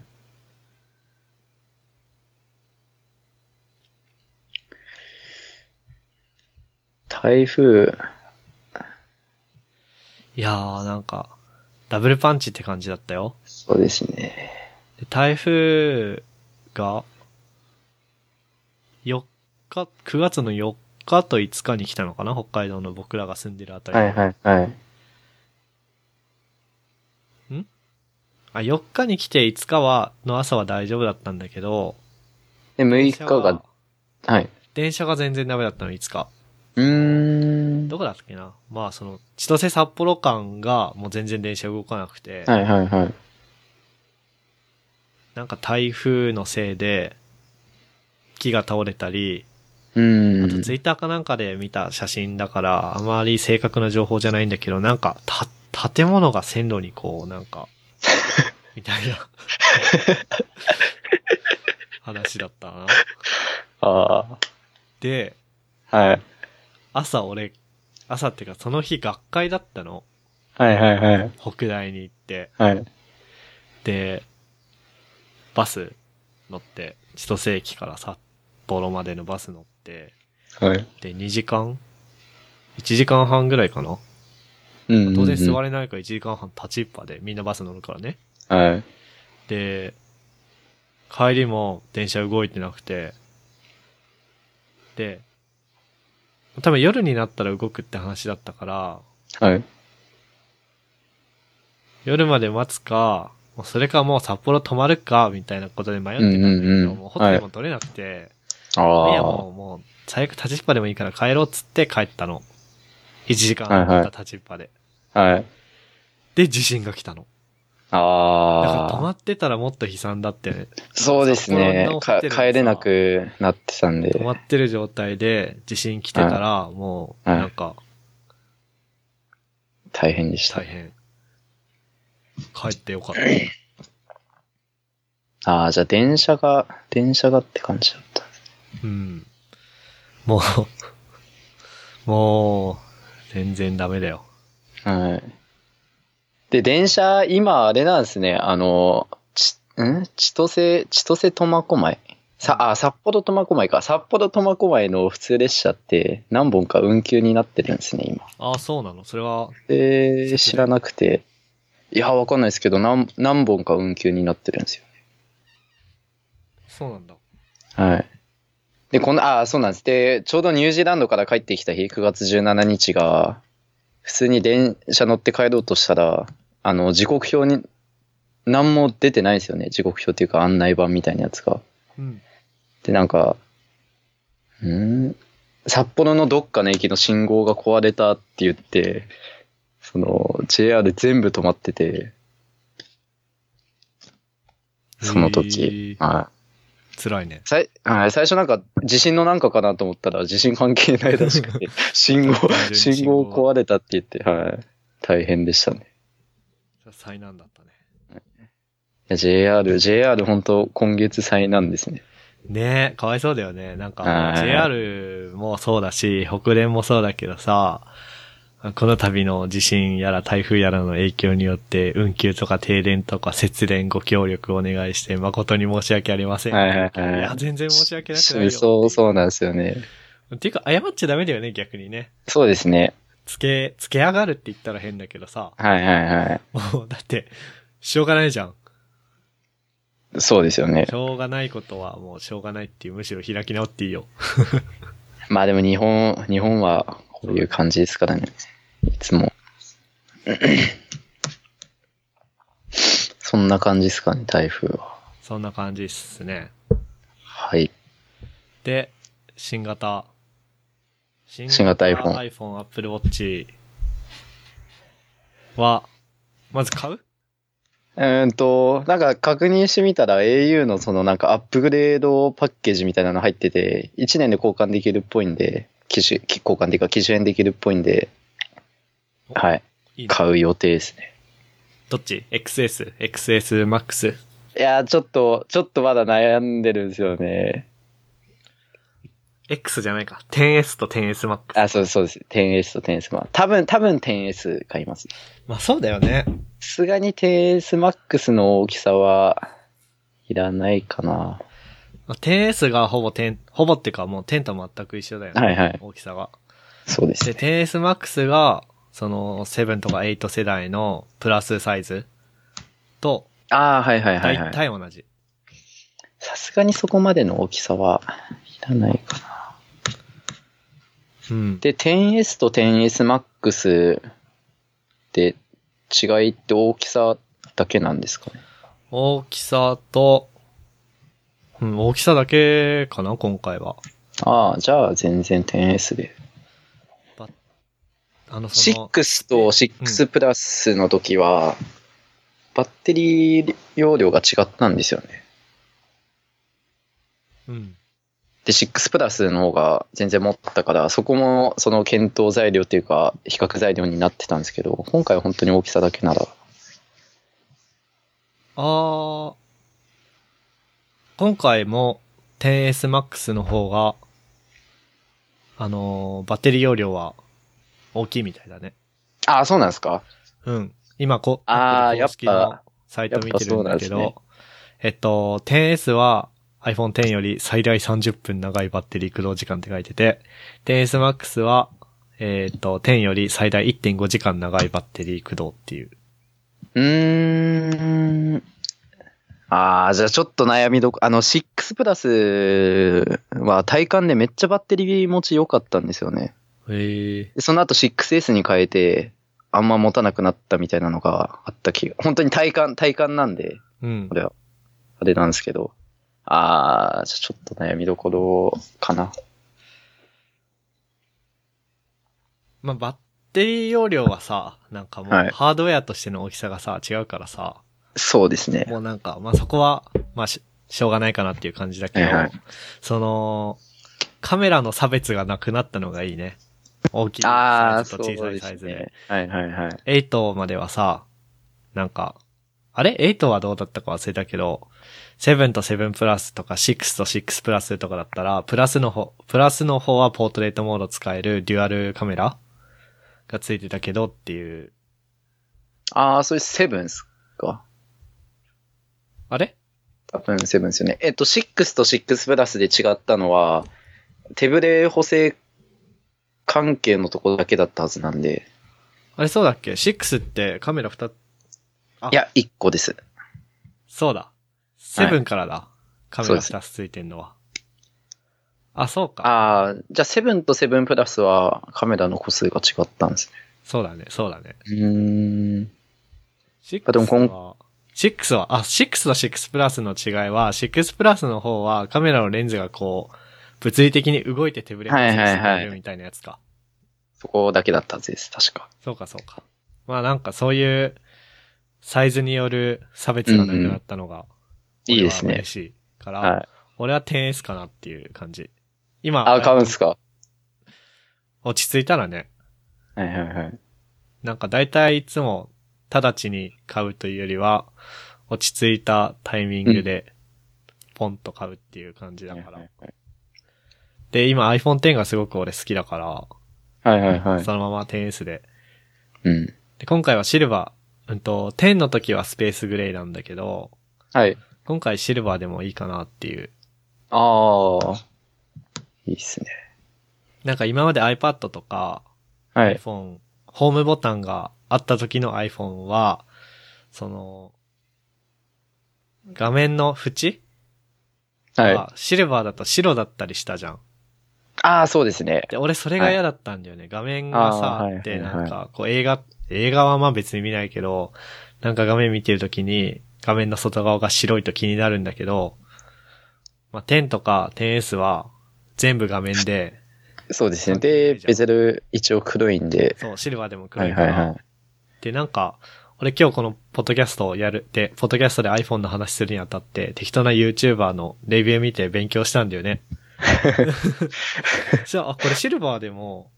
台風、いやー、なんか、ダブルパンチって感じだったよ。そうですね。で台風が、4日、9月の4日と5日に来たのかな北海道の僕らが住んでるあたり。はいはいはい。あ、4日に来て5日は、の朝は大丈夫だったんだけど、で、6日電車がは、はい。電車が全然ダメだったの、5日。うーん。どこだっけなまあ、その、千歳札幌間が、もう全然電車動かなくて、はいはいはい。なんか台風のせいで、木が倒れたり、うーあん。とツイッターかなんかで見た写真だから、あまり正確な情報じゃないんだけど、なんか、た、建物が線路にこう、な [laughs] んか、みたいな、話だったな。あで、あ、はい。朝俺、朝っていうかその日学会だったの。はいはいはい。北大に行って。はい。で、バス乗って、千歳駅から札幌までのバス乗って、はい。で、2時間 ?1 時間半ぐらいかなうん。当然座れ。れないから1時間半立ちっぱで、みんなバス乗るからね。はい。で、帰りも電車動いてなくて、で、多分夜になったら動くって話だったから、はい。夜まで待つか、もうそれかもう札幌泊まるか、みたいなことで迷ってたんだけど、うんうんうんもうホテルも取れなくて、い、やあもう、もう、最悪立ちっぱでもいいから帰ろうっつって帰ったの。1時間はいはい立ちっぱで。あ。はい。で、地震が来たの。だから泊あまあ。ってたらもっと悲惨だって、そうですね札幌の。ホかテルにさ帰れなくなってたんで。泊まってる状態で地震来てたら、もう、はいなんか、大変でした大。変。帰ってよかった。ああ、じゃあ電車が、電車がって感じだった。うん。もう、もう、全然ダメだよ。はい。で、電車、今、あれなんですね。あの、ち、ん千歳、千歳苫小牧。さ、あ、札幌苫小牧か。札幌苫小牧の普通列車って何本か運休になってるんですね、今。ああ、そうなのそれは、えー、知らなくて。いや、わかんないですけど、何、何本か運休になってるんですよ。そうなんだ。はい。で、この、あ、そうなんです。で、ちょうどニュージーランドから帰ってきた日、9月17日が、普通に電車乗って帰ろうとしたら、あの、時刻表に、何も出てないんですよね。時刻表っていうか案内板みたいなやつが。うん。で、なんか、ん札幌のどっかの駅の信号が壊れたって言って、その、JR 全部止まってて、その時。えーはい。辛いね。最はい最初なんか地震のなんかかなと思ったら地震関係ないらしく [laughs] て、信号単純、に信信号号壊れたって言って、はい。大変でしたね。災難だったね。いや JR、JR 本当今月最難ですね。ねえ、かわいそうだよね。なんかは、い JR もそうだし、北連もそうだけどさ、この度の地震やら台風やらの影響によって、運休とか停電とか節電ご協力お願いして、誠に申し訳ありません。はいはいはいや、全然申し訳なくないよ。そう、そうなんですよね。っていうか、謝っちゃダメだよね、逆にね。そうですね。つけ、つけ上がるって言ったら変だけどさ、はいはいはもう、だって、しょうがないじゃん。い。そうですよねし。ょうがないことはもうしょうがないっていう、むしろ開き直っていいよ。まあでも日本、日本はこういう感じですからね。いつも。 [clears throat] そんな感じですかね、台風は。そんな感じっすね。はい。で、新型。新型 iPhone iPhone、Apple Watch は、まず買ううーんと、なんか確認してみたら au のそのなんかアップグレードパッケージみたいなの入ってて、1年で交換できるっぽいんで、機種、機交換っていうか機種変できるっぽいんで、はい。いいね買う予定ですね。どっち ?XS、XSMAX。いやー、ちょっと、ちょっとまだ悩んでるんですよね。 X じゃないか。10S と 10SMAX。あ、そうそうです。10S と 10S まあ多分、多分 10S 買います。さまあそうだよね。すがに 10S Max の大きさはいらないかな。まあ 10S がほぼ10、ほぼっていうかもう10と全く一緒だよね。はいはい大きさが。そうですで、ね。 10SMAX が、その7とか8世代のプラスサイズと、ああ、はいはいはい、は大い。体同じ。さすがにそこまでの大きさはいらないかな。うん。で、10S と 10S Max で違いって大きさだけなんですかね。大きさと、うん、大きさだけかな、今回は。ああ、じゃあ全然 10S で。あの、その、 6と6プラスの時は、バッテリー容量が違ったんですよね。うん。で、6プラスの方が全然持ったから、そこもその検討材料っていうか、比較材料になってたんですけど、今回は本当に大きさだけなら。あー、今回も 10SMAX の方が、あのーバッテリー容量は大きいみたいだね。ああ、そうなんですかうん。今こ、あー Apple 公式のやっぱサイト見てるんだけど、やっぱえっと、10S は iPhone X より最大30分長いバッテリー駆動時間って書いてて、10SMAX は、えっと、10より最大1.5時間長いバッテリー駆動っていう。うーん。ああ、じゃあちょっと悩みどこ、あの、6プラスは体感でめっちゃバッテリー持ち良かったんですよね。へえ。でその後 6S に変えて、あんま持たなくなったみたいなのがあった気が。 [laughs] 本当に体感、体感なんで。うんこ。れは、あれなんですけど。あー、じゃあちょっと悩みどころかな。まあ、バッテリー容量はさ、なんかもう、はいハードウェアとしての大きさがさ、違うからさ、そうですね。もうなんか、まあ、そこは、まあし、しょうがないかなっていう感じだけど、はいはいその、カメラの差別がなくなったのがいいね。大きいサあイー、ズそと小さういでサイすズで。ね。はいはいはい。 8まではさ、なんか、あれ ?8 はどうだったか忘れたけど、7と7プラスとか6と6プラスとかだったら、プラスの方、プラスの方はポートレートモード使えるデュアルカメラがついてたけどっていう。あー、それセブンっすか。あれ多分セブンですよね。えっと、6と6プラスで違ったのは、手ブレ補正関係のとこだけだったはずなんで。あれそうだっけ ?6 ってカメラ2つ、あいや、1個です。そうだ。7からだ。カメラ2つついてんのは。あ、そうか。あー、じゃあセブンとセブンプラスはカメラの個数が違ったんですそうだね、そうだね。ね。うーん。 6あでもこんは、6は、あ、6と6プラスの違いは、6プラスの方はカメラのレンズがこう、物理的に動いて手ぶれがはいはいはいされるみたいなやつか。そこだけだったはずです、確か。そうかそうか。まあなんかそういう、サイズによる差別がなくなったのが、いいですね俺は嬉。しいから、はい。俺は 10S かなっていう感じ。今、あ、買うんすか落ち着いたらね、はいはいはい。なんか大体いつも直ちに買うというよりは、落ち着いたタイミングで、ポンと買うっていう感じだから。で、今 iPhone X がすごく俺好きだから、はいはいはい。そのまま 10S で。うん。で、今回はシルバー、うんと、10の時はスペースグレーなんだけど、はい。今回シルバーでもいいかなっていう。ああ。いいっすね。なんか今まで iPad とかはい。 iPhone、ホームボタンがあった時の iPhone は、その、画面の縁はい。あはシルバーだと白だったりしたじゃん。あー、そうですね。で、俺それが嫌だったんだよね。画面がさ、あーあって、はいはいなはんいか、こう映画、映画はまあ別に見ないけど、なんか画面見てるときに、画面の外側が白いと気になるんだけど、まあ10とか 10S は全部画 [laughs] 面で、そうですね。で、ベゼル一応黒いんで。そう、シルバーでもは黒いいかはいら。はい。で、なんか、俺今日このポッドキャストをやるって、ポッドキャストで iPhone の話するにあたって、適当な YouTuber のレビュー見て勉強したんだよね。じゃあ、あこれシルバーでも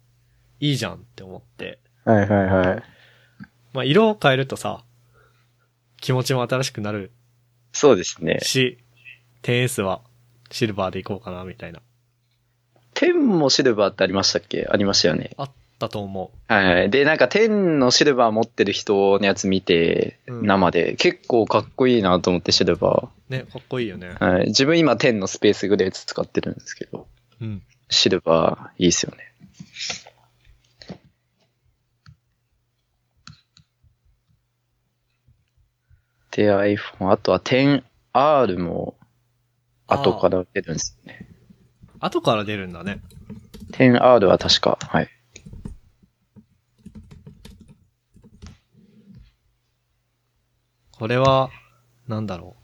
いいじゃんって思って。はいはいはい。まあ、色を変えるとさ、気持ちも新しくなるそうですね。し、10S はシルバーでいこうかな、みたいな。 10もシルバーってありましたっけありましたよね。あったと思はいはい。で、なんか10のシルバー持ってる人のやつ見て、うん生で、結構かっこいいなと思ってシルバう。ね、かっこいいよね。ー。はい、自分今10のスペースグレーズ使ってるんですけど、うん。シルバーいいっすよね。で、iPhone、あとは 10R も後から出るんですよね。後から出るんだね。 10R は確か、はい。これは、なんだろ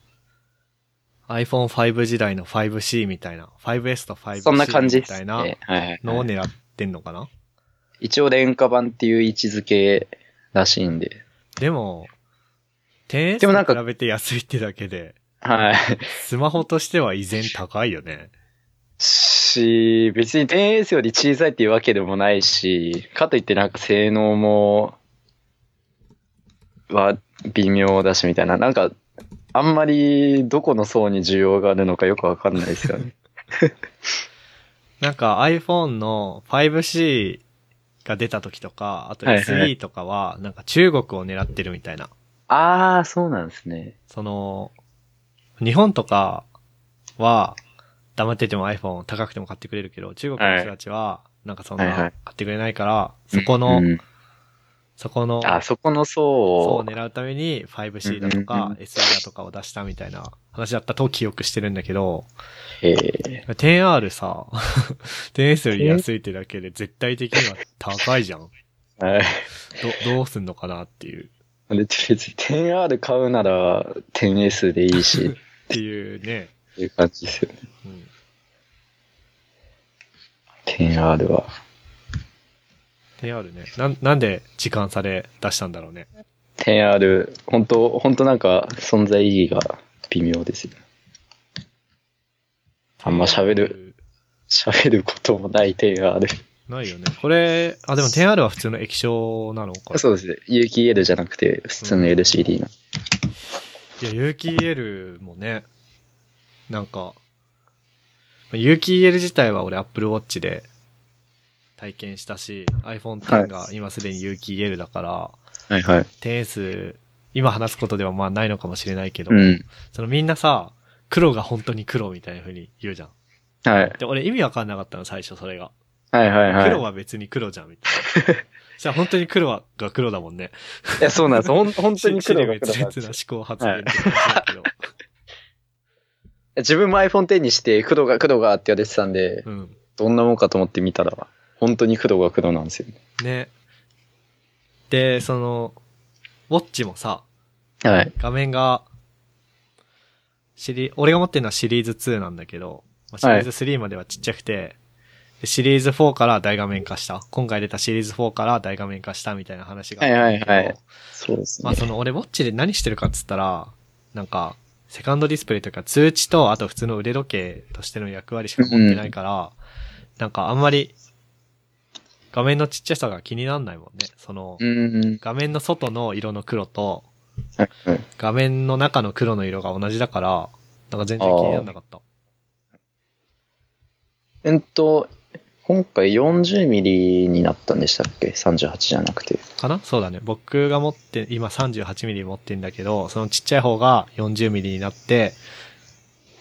う。iPhone5 時代の 5C みたいな。5S と 5C そんな感じみですね。たいはないはいのはをい。狙ってんのかな、一応廉価版っていう位置づけらしいんで。でも、でもなん 10S かと比べて安いってだけで、はい。スマホとしては依然高いよね。し、別に 10S より小さいっていうわけでもないし、かといってなんか性能も、は微妙だしみたいな。なんか、あんまりどこの層に需要があるのかよくわかんないですよね。なんか iPhone の 5C が出た時とか、あとはいはい SE とかは、なんか中国を狙ってるみたいな。 [laughs] ああ、そうなんですね。その、日本とかは、黙ってても iPhone 高くても買ってくれるけど、中国の人たちは、なんかそんなはいはい買ってくれないから、そこうの、んそこの、あ、そこの層そうを。狙うために 5C だとうんうんかう SE だとかを出したみたいな話だったと記憶してるんだけど、へえ 10R さ、10S より安いってだけで絶対的には高いじゃん。ど、はい。どうすんのかなっていう、別に 10R 買うなら 10S でいいし、っていうね。っていう感じですよねうん、 10R は。 10R ね。なん、なんで時間差で出したんだろうね。 10R、本当本当なんか存在意義が微妙ですよ。あんま喋る、る。喋ることもない 10R。ないよね。これ、あ、でも 10R は普通の液晶なの [laughs] か。そうですね。有機 EL じゃなくて、普通の LCD な。いや、有機 EL もね、なんか、有機 EL 自体は俺 Apple Watch で体験したし、iPhone X が今すでに有機 EL だから、はいはい。 10S、今話すことではまあないのかもしれないけど、うん。そのみんなさ、黒が本当に黒みたいな風に言うじゃん。はい。で、俺意味わかんなかったの、最初それが。はいはいはい。黒は別に黒じゃん、み [laughs] たいな。じゃあ本当に黒はが黒だもんね。いや、そうなんです。ほん本当に黒が黒別なん々ですなよ思考発言って感じだけど。自分も iPhone10 にして、黒が黒がって言われてたんで、うん。どんなもんかと思って見たら、本当に黒が黒なんですよね。ね。で、その、ウォッチもさ、はい。画面が、シリ、俺が持ってるのはシリーズ2なんだけど、まあシリーズ3まではちっちゃくて、でシリーズ4から大画面化した。今回出たシリーズ4から大画面化したみたいな話があったんだけど。はいはいはいそうですね。 [laughs] まあその、俺ウォッチで何してるかっつったら、なんか、セカンドディスプレイというか通知と、あと普通の腕時計としての役割しか持ってないから、なんかあんまり、画面のちっちゃさが気になんないもんね。その、うん。画面の外の色の黒と、はいはい画面の中の黒の色が同じだから、なんか全然気にならなかった。うんと、今回40ミリになったんでしたっけ ?38 じゃなくて。かなそうだね。僕が持って、今 38mm 持ってんだけど、そのちっちゃい方が 40mm になって、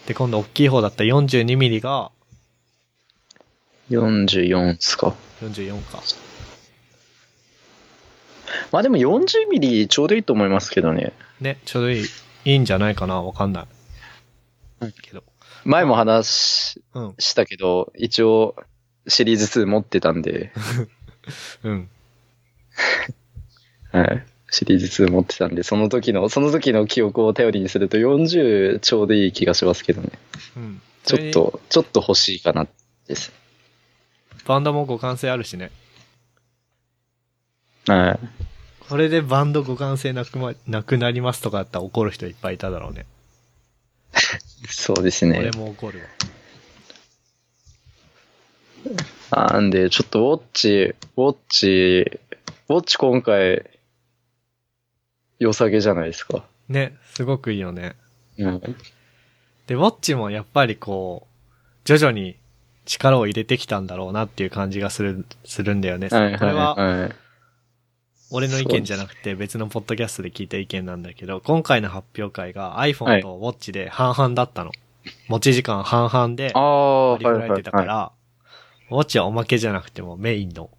で、今度大きい方だったら 42mm が44っすか。 44か。まあでも40ミリちょうどいいと思いますけどね。ね、ちょうどいい、いいんじゃないかなわかんない。うんけど。前も話うん、したけど、一応シリーズ2持ってたんで、うん。はい。シリーズ2持ってたんで、その時の、その時の記憶を頼りにすると40ちょうどいい気がしますけどね。うん。ちょっ。と、ちょっと欲しいかなです。バンドも互換性あるしね。はそれでバンド互換性なくま、なくなりますとかだったら怒る人いっぱいいただろうね。そうですね俺。も怒るわ。なんで、ちょっとウォッチ、ウォッチ、ウォッチ今回、良さげじゃないですか。ね、すごくいいよね。うん。で、ウォッチもやっぱりこう、徐々に力を入れてきたんだろうなっていう感じがする、するんだよね。はいこれはいはい。俺の意見じゃなくて別のポッドキャストで聞いた意見なんだけど、今回の発表会がは iPhone いと Watch で半々だったの。持ち時間半々でああ、はい割り振はらいれはいてたから、Watch はおまけじゃなくてもメインの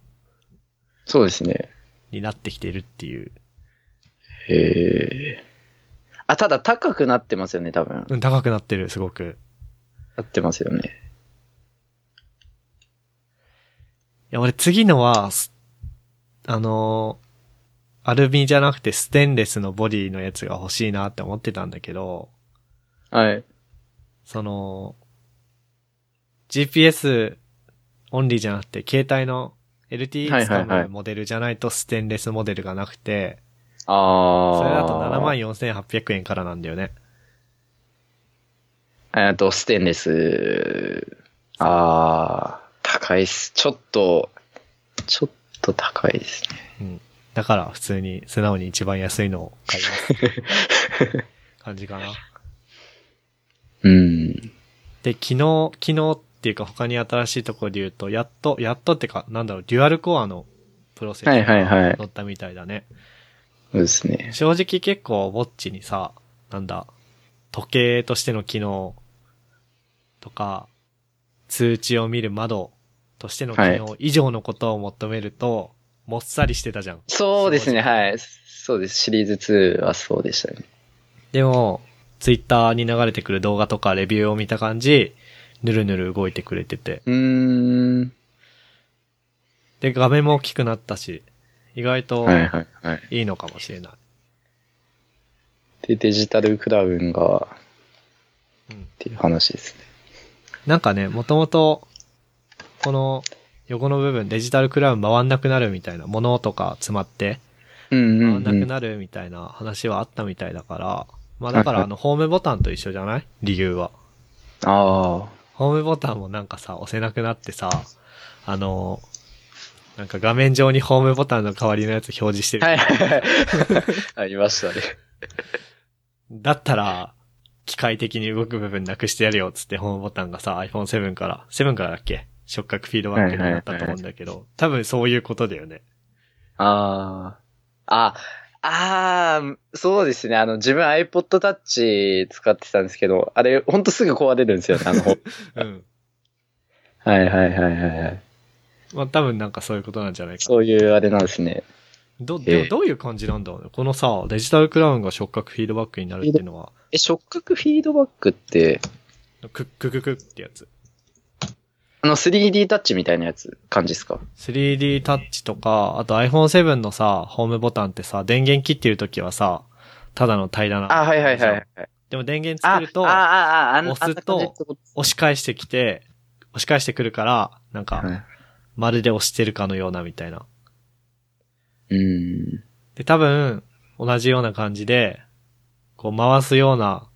そうですね。になってきてるっていう。へえ。あ、ただ高くなってますよね、多分。うん、高くなってる、すごく。なってますよね。いや、俺次のは、すあのーアルミじゃなくてステンレスのボディのやつが欲しいなって思ってたんだけど、はい。その、GPS オンリーじゃなくて、携帯のは LTE いはいはい使うモデルじゃないとステンレスモデルがなくて、ああ。それだと74,800円からなんだよね。えっと、ステンレス。ああ、高いっす。ちょっと、ちょっと高いですね。だから普通に素直に一番安いのを買います。感じか [laughs] な。うん。で、昨日、昨日っていうか他に新しいところで言うと、やっと、やっとってか、なんだろう、デュアルコアのプロセスはいはいがはい乗ったみたいだね。そうですね。正直結構ウォッチにさ、なんだ、時計としての機能とか、通知を見る窓としての機能以上のことを求めると、もっさりしてたじゃん。そうですね、はい。そうです。シリーズ2はそうでしたね。でも、ツイッターに流れてくる動画とかレビューを見た感じ、ぬるぬる動いてくれてて。うーん。で、画面も大きくなったし、意外とはいはいはい。いいのかもしれない。で、デジタルクラウンが、うんっていう話ですね。なんかね、もともと、この横の部分、デジタルクラウン回んなくなるみたいな、物とか詰まって、うん回うんん、なうくん。なるみたいな話はあったみたいだから、まあだからあの、ホームボタンと一緒じゃない理由は。あホームボタンもなんかさ、押せなくなってさ、あの、なんか画面上にホームボタンの代わりのやつ表示してる。あ。はい [laughs] はいはい。ありましたね。だったら、機械的に動く部分なくしてやるよっつってホームボタンがさ、iPhone7 から、7からだっけ触覚フィードバックになったと思うんだけど、多分そういうことだよね。ああ。あ、ああ、そうですね。あの、自分 iPod Touch 使ってたんですけど、あれ、ほんとすぐ壊れるんですよね。あ [laughs] の、うん。はいはいはいはいはい。まあ多分なんかそういうことなんじゃないかな。そういうあれなんですね。ど、えでえもどういう感じなんだろうね。このさ、デジタルクラウンが触覚フィードバックになるっていうのは、え、触覚フィードバックって、クックククってやつ。あの 3D タッチみたいなやつ、感じですか 3D タッチとか、あと iPhone7 のさ、ホームボタンってさ、電源切ってるときはさ、ただの平らな。あ、はいはいはいはい。でも電源あ、あつけると、あ、押あ、あ、あん押すとあんな感じってことし返してきて、押し返してくるから、なはんか、いまるで押してるかのようなみたいな。うん。で、多分、同じような感じで、こう回すような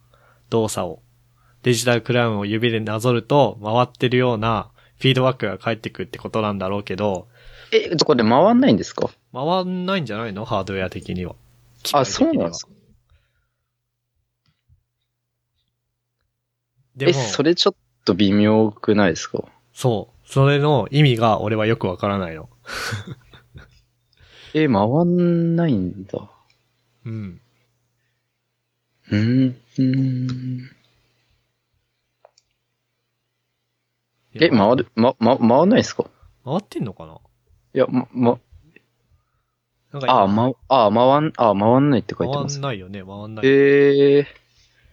動作を、デジタルクラウンを指でなぞると、回ってるようなフィードバックが返ってくるってことなんだろうけど、え、そこで回んないんですか回んないんじゃないのハードウェア的には。機械あ、的にそはうなんですかでも、え、それちょっと微妙くないですかそう。それの意味が俺はよくわからないの。え、回んないんだ。うん。うん。うんえ、ま、回る、ま、ま、回んないですか回ってんのかないや、ま、ま、なんか今ああ、ま、ああ、回ん、ああ、回んないって書いてま回すん。ないよね、回んない。ええ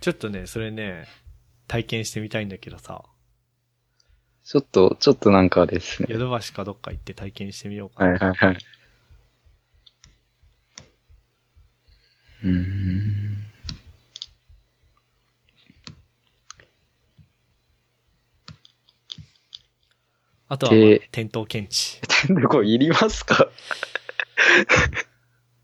ちょっとね、それね、体験してみたいんだけどさ、ちょっと、ちょっとなんかあれですヨね。ドバシかどっか行って体験してみようかはいな。はいはい。うーん。[laughs] あとは、ま [laughs] あで点灯検知。これいりますか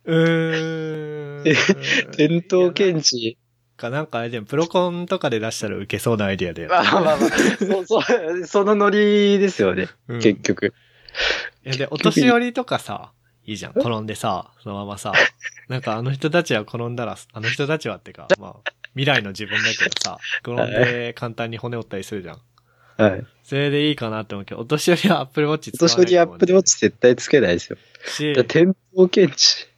うーん。 [laughs] 伝統検知。か、なんかあれでも、プロコンとかで出したら受けそうなアイディアで。まあまあまあ、そう [laughs] そうそのノリですよね、うん結局。いやで、お年寄りとかさ、いいじゃん。転んでさ、そのままさ、なんかあの人たちは転んだら、あの人たちはってか、まあ、未来の自分だけどさ、転んで簡単に骨折ったりするじゃん。はい。それでいいかなって思うけど、お年寄りはアップルウォッチ今使わな年いよりアップルウォッチチ絶対つけないですよ。だし、から転倒検知。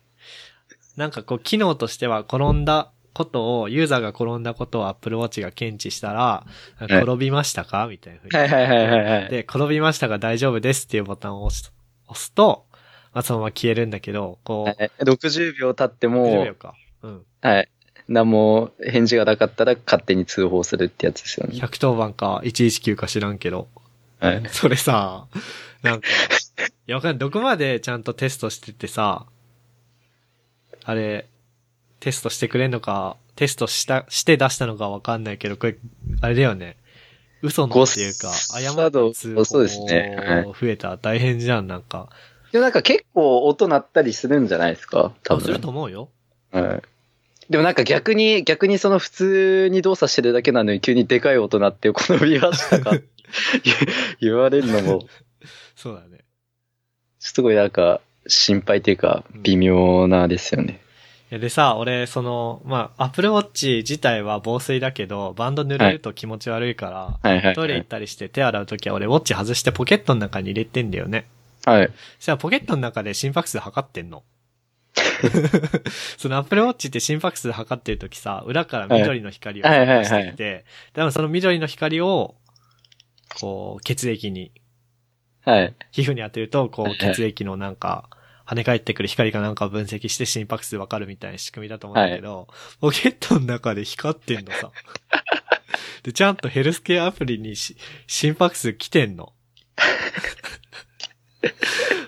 なんかこう、機能としては転んだことを、ユーザーが転んだことをアップルウォッチが検知したら、転びましたかみたいな風にはいはいはいはいはい。で、転びましたが大丈夫ですっていうボタンを押す押すと、まあ、そのまま消えるんだけど、こう、はい60秒経って10も秒、か。うん。はい。何も返事がなかったら勝手に通報するってやつですよね。 110番か119か知らんけど。はい。それさ、なんか、いや、わかんない。どこまでちゃんとテストしててさ、あれ、テストしてくれんのか、テストした、して出したのかわかんないけど、これ、あれだよね。嘘のっていうか、誤った通報そうですねはい増えたら大変じゃん、なんか。でもなんか結構音鳴ったりするんじゃないですか多すると分。思うよ。はい。でもなんか逆に、逆にその普通に動作してるだけなのに急にでかい音鳴ってこの見ました [laughs] か言われるのも、そうだね。すごいなんか心配っていうか微妙なですよね。いやでさ、俺、その、まあ、Apple Watch 自体は防水だけど、バンド濡れると気持ち悪いから、はいはい、トはイレ行っい。たりして手洗うときは俺、ウォッチ外してポケットの中に入れてんだよね。はい。そしたらポケットの中で心拍数測ってんの。 [laughs] その Apple Watch って心拍数測ってるときさ、裏から緑の光をはい出してきて、多分その緑の光を、こう、血液に、はい。皮膚に当てると、こはう、いはい血液のなんか、跳ね返ってくる光かなんかを分析して心拍数わかるみたいな仕組みだと思うんだけど、ポケットの中で光ってん [laughs] のさ。で、ちゃんとヘルスケアアプリにし心拍数来てんの。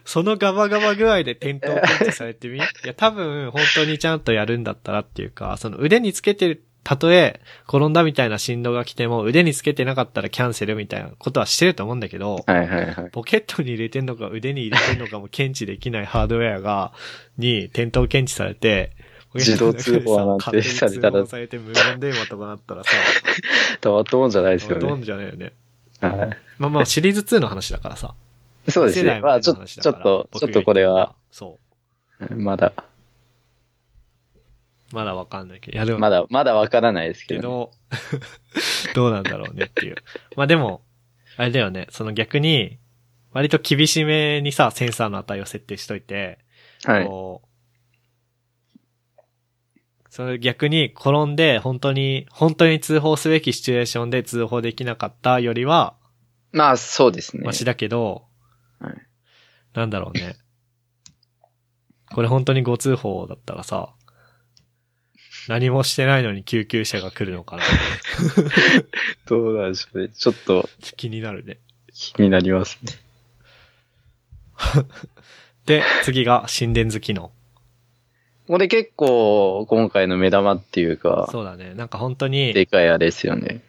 そのガバガバ具合で転倒検知されてみいや、多分、本当にちゃんとやるんだったらっていうか、その腕につけてる、たとえ、転んだみたいな振動が来ても、腕につけてなかったらキャンセルみたいなことはしてると思うんだけど、はいはいはい。ポケットに入れてんのか腕に入れてんのかも検知できないハードウェアが、に点灯検知されて、自動通報なんてポケットの中でさ勝手されにたら通報されて無言電話とかなったらさ、たまったもんじゃないですよほとんね。じゃないよね。はまあまあ、シリーズ2の話だからさ。い。そうです次世代ね。のまあちょっと、話ちょだっからと、ちょっとこれは、。そまだ、う。まだわかんないけど。いや、でも、まだ、まだわからないですけけどね。ど、 [laughs] どうなんだろうねっていう。まあでも、あれだよね、その逆に、割と厳しめにさ、センサーの値を設定しといて、はい。こう、それ逆に転んで本当に、本当に通報すべきシチュエーションで通報できなかったよりは、まあそうですねマ。シだけど、はいなんだろうね。これ本当にご通報だったらさ、何もしてないのに救急車が来るのかな。どうなんでしょうね。ちょっと気になるね。気になりますね。で、次が心電図機能。これ結構今回の目玉っていうか、そうだね。なんか本当でに、かいあれですよね。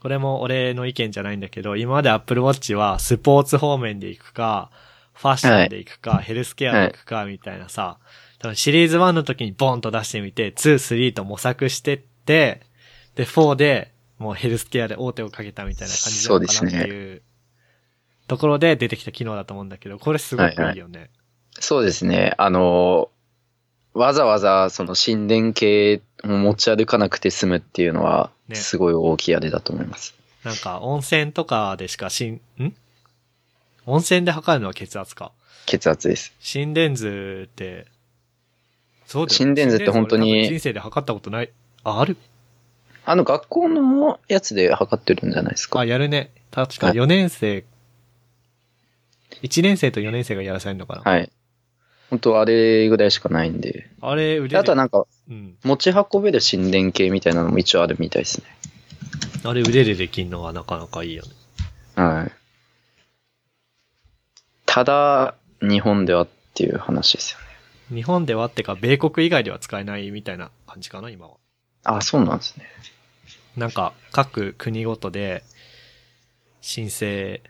これも俺の意見じゃないんだけど、今まで Apple Watch はスポーツ方面で行くか、ファッションで行くか、ヘルスケアで行くか、みたいなさ、多分シリーズ1の時にボンと出してみて、2、3と模索してって、で、4でもうヘルスケアで大手をかけたみたいな感じなのかなっていうところで出てきた機能だと思うんだけど、これすごくいいよね。そうですね。あの、わざわざその心電計を持ち歩かなくて済むっていうのは、ねすごい大きいあれだと思います。なんか温泉とかでしかしん、ん温泉で測るのは血圧か。血圧です。心電図って、そうだよ心電図って本当に心電図俺多分人生で測ったことない。あ、あるあの学校のやつで測ってるんじゃないですか。あ、やるね。確かはい4年生、1年生と4年生がやらされるのかな。はい。本当あれぐらいしかないんで。あれ、腕でで。あとはなんか、うん。持ち運べる心電計みたいなのも一応あるみたいですね。あれ腕でできんのはなかなかいいよね。はい。ただ、日本ではっていう話ですよね。日本ではってか、米国以外では使えないみたいな感じかな、今は。あ、そうなんですね。なんか、各国ごとで、申請、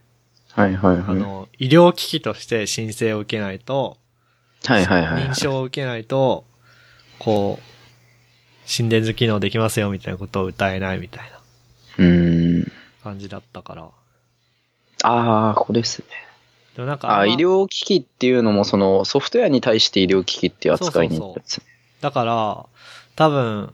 はいはいはい。あの、医療機器として申請を受けないと、はいはいはい認。証を受けないと、こう、心電図機能できますよみたいなことを歌えないみたいなうん。感じだったから。ああ、ここですね。でもなんかあああ、んま医療機器っていうのも、その、ソフトウェアに対して医療機器っていう扱いになったんですね。だから、多分、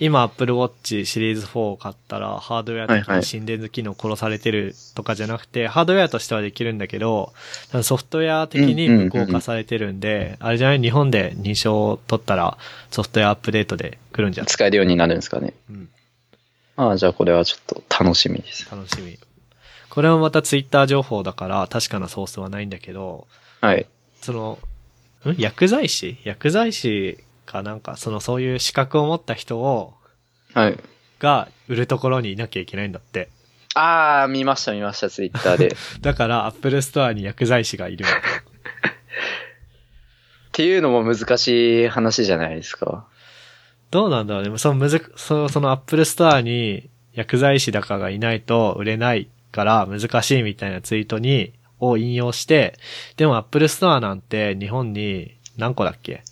今 Apple Watch シリーズ4を買ったら、ハードウェア的はいはにい心電図機能殺されてるとかじゃなくて、ハードウェアとしてはできるんだけど、多分ソフトウェア的に無効化されてるんで、あれじゃない日本で認証を取ったら、ソフトウェアアップデートで来るんじゃない使えるようになるんですかね。うん、ああ、じゃあこれはちょっと楽しみです。楽しみ。これもまた Twitter 情報だから、確かなソースはないんだけど、はい。その、ん薬剤師薬剤師かなんか、そのそういう資格を持った人を、はい。が売るところにいなきゃいけないんだって。ああ、見ました見ました、ツイッターで。っだから、アップルストアに薬剤師がいるわけ。ていうのも難しい話じゃないですか。どうなんだろうね。そのむずく、その、そのアップルストアに薬剤師だかがいないと売れないから難しいみたいなツイートに、を引用して、でもアップルストアなんて日本に何個だっけ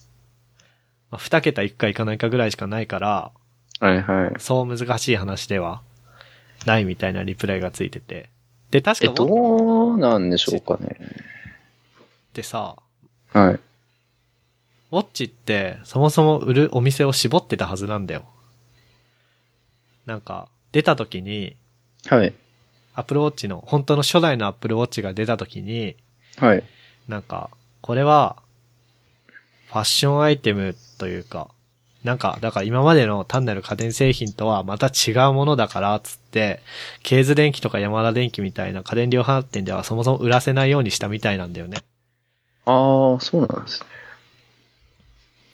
まあ、2桁いくかいかないかぐらいしかないから、はいはい。そう難しい話ではないみたいなリプライがついてて。で、確え、か持っどうなんでしょうかね。てさ、はい。ウォッチって、そもそも売るお店を絞ってたはずなんだよ。なんか、出た時に、はい。アップルウォッチの、本当の初代のアップルウォッチが出た時に、はい。なんか、これは、ファッションアイテムというか、なんか、だから今までの単なる家電製品とはまた違うものだから、つって、ケーズ電機とかヤマダ電機みたいな家電量販店ではそもそも売らせないようにしたみたいなんだよね。ああ、そうなんですね。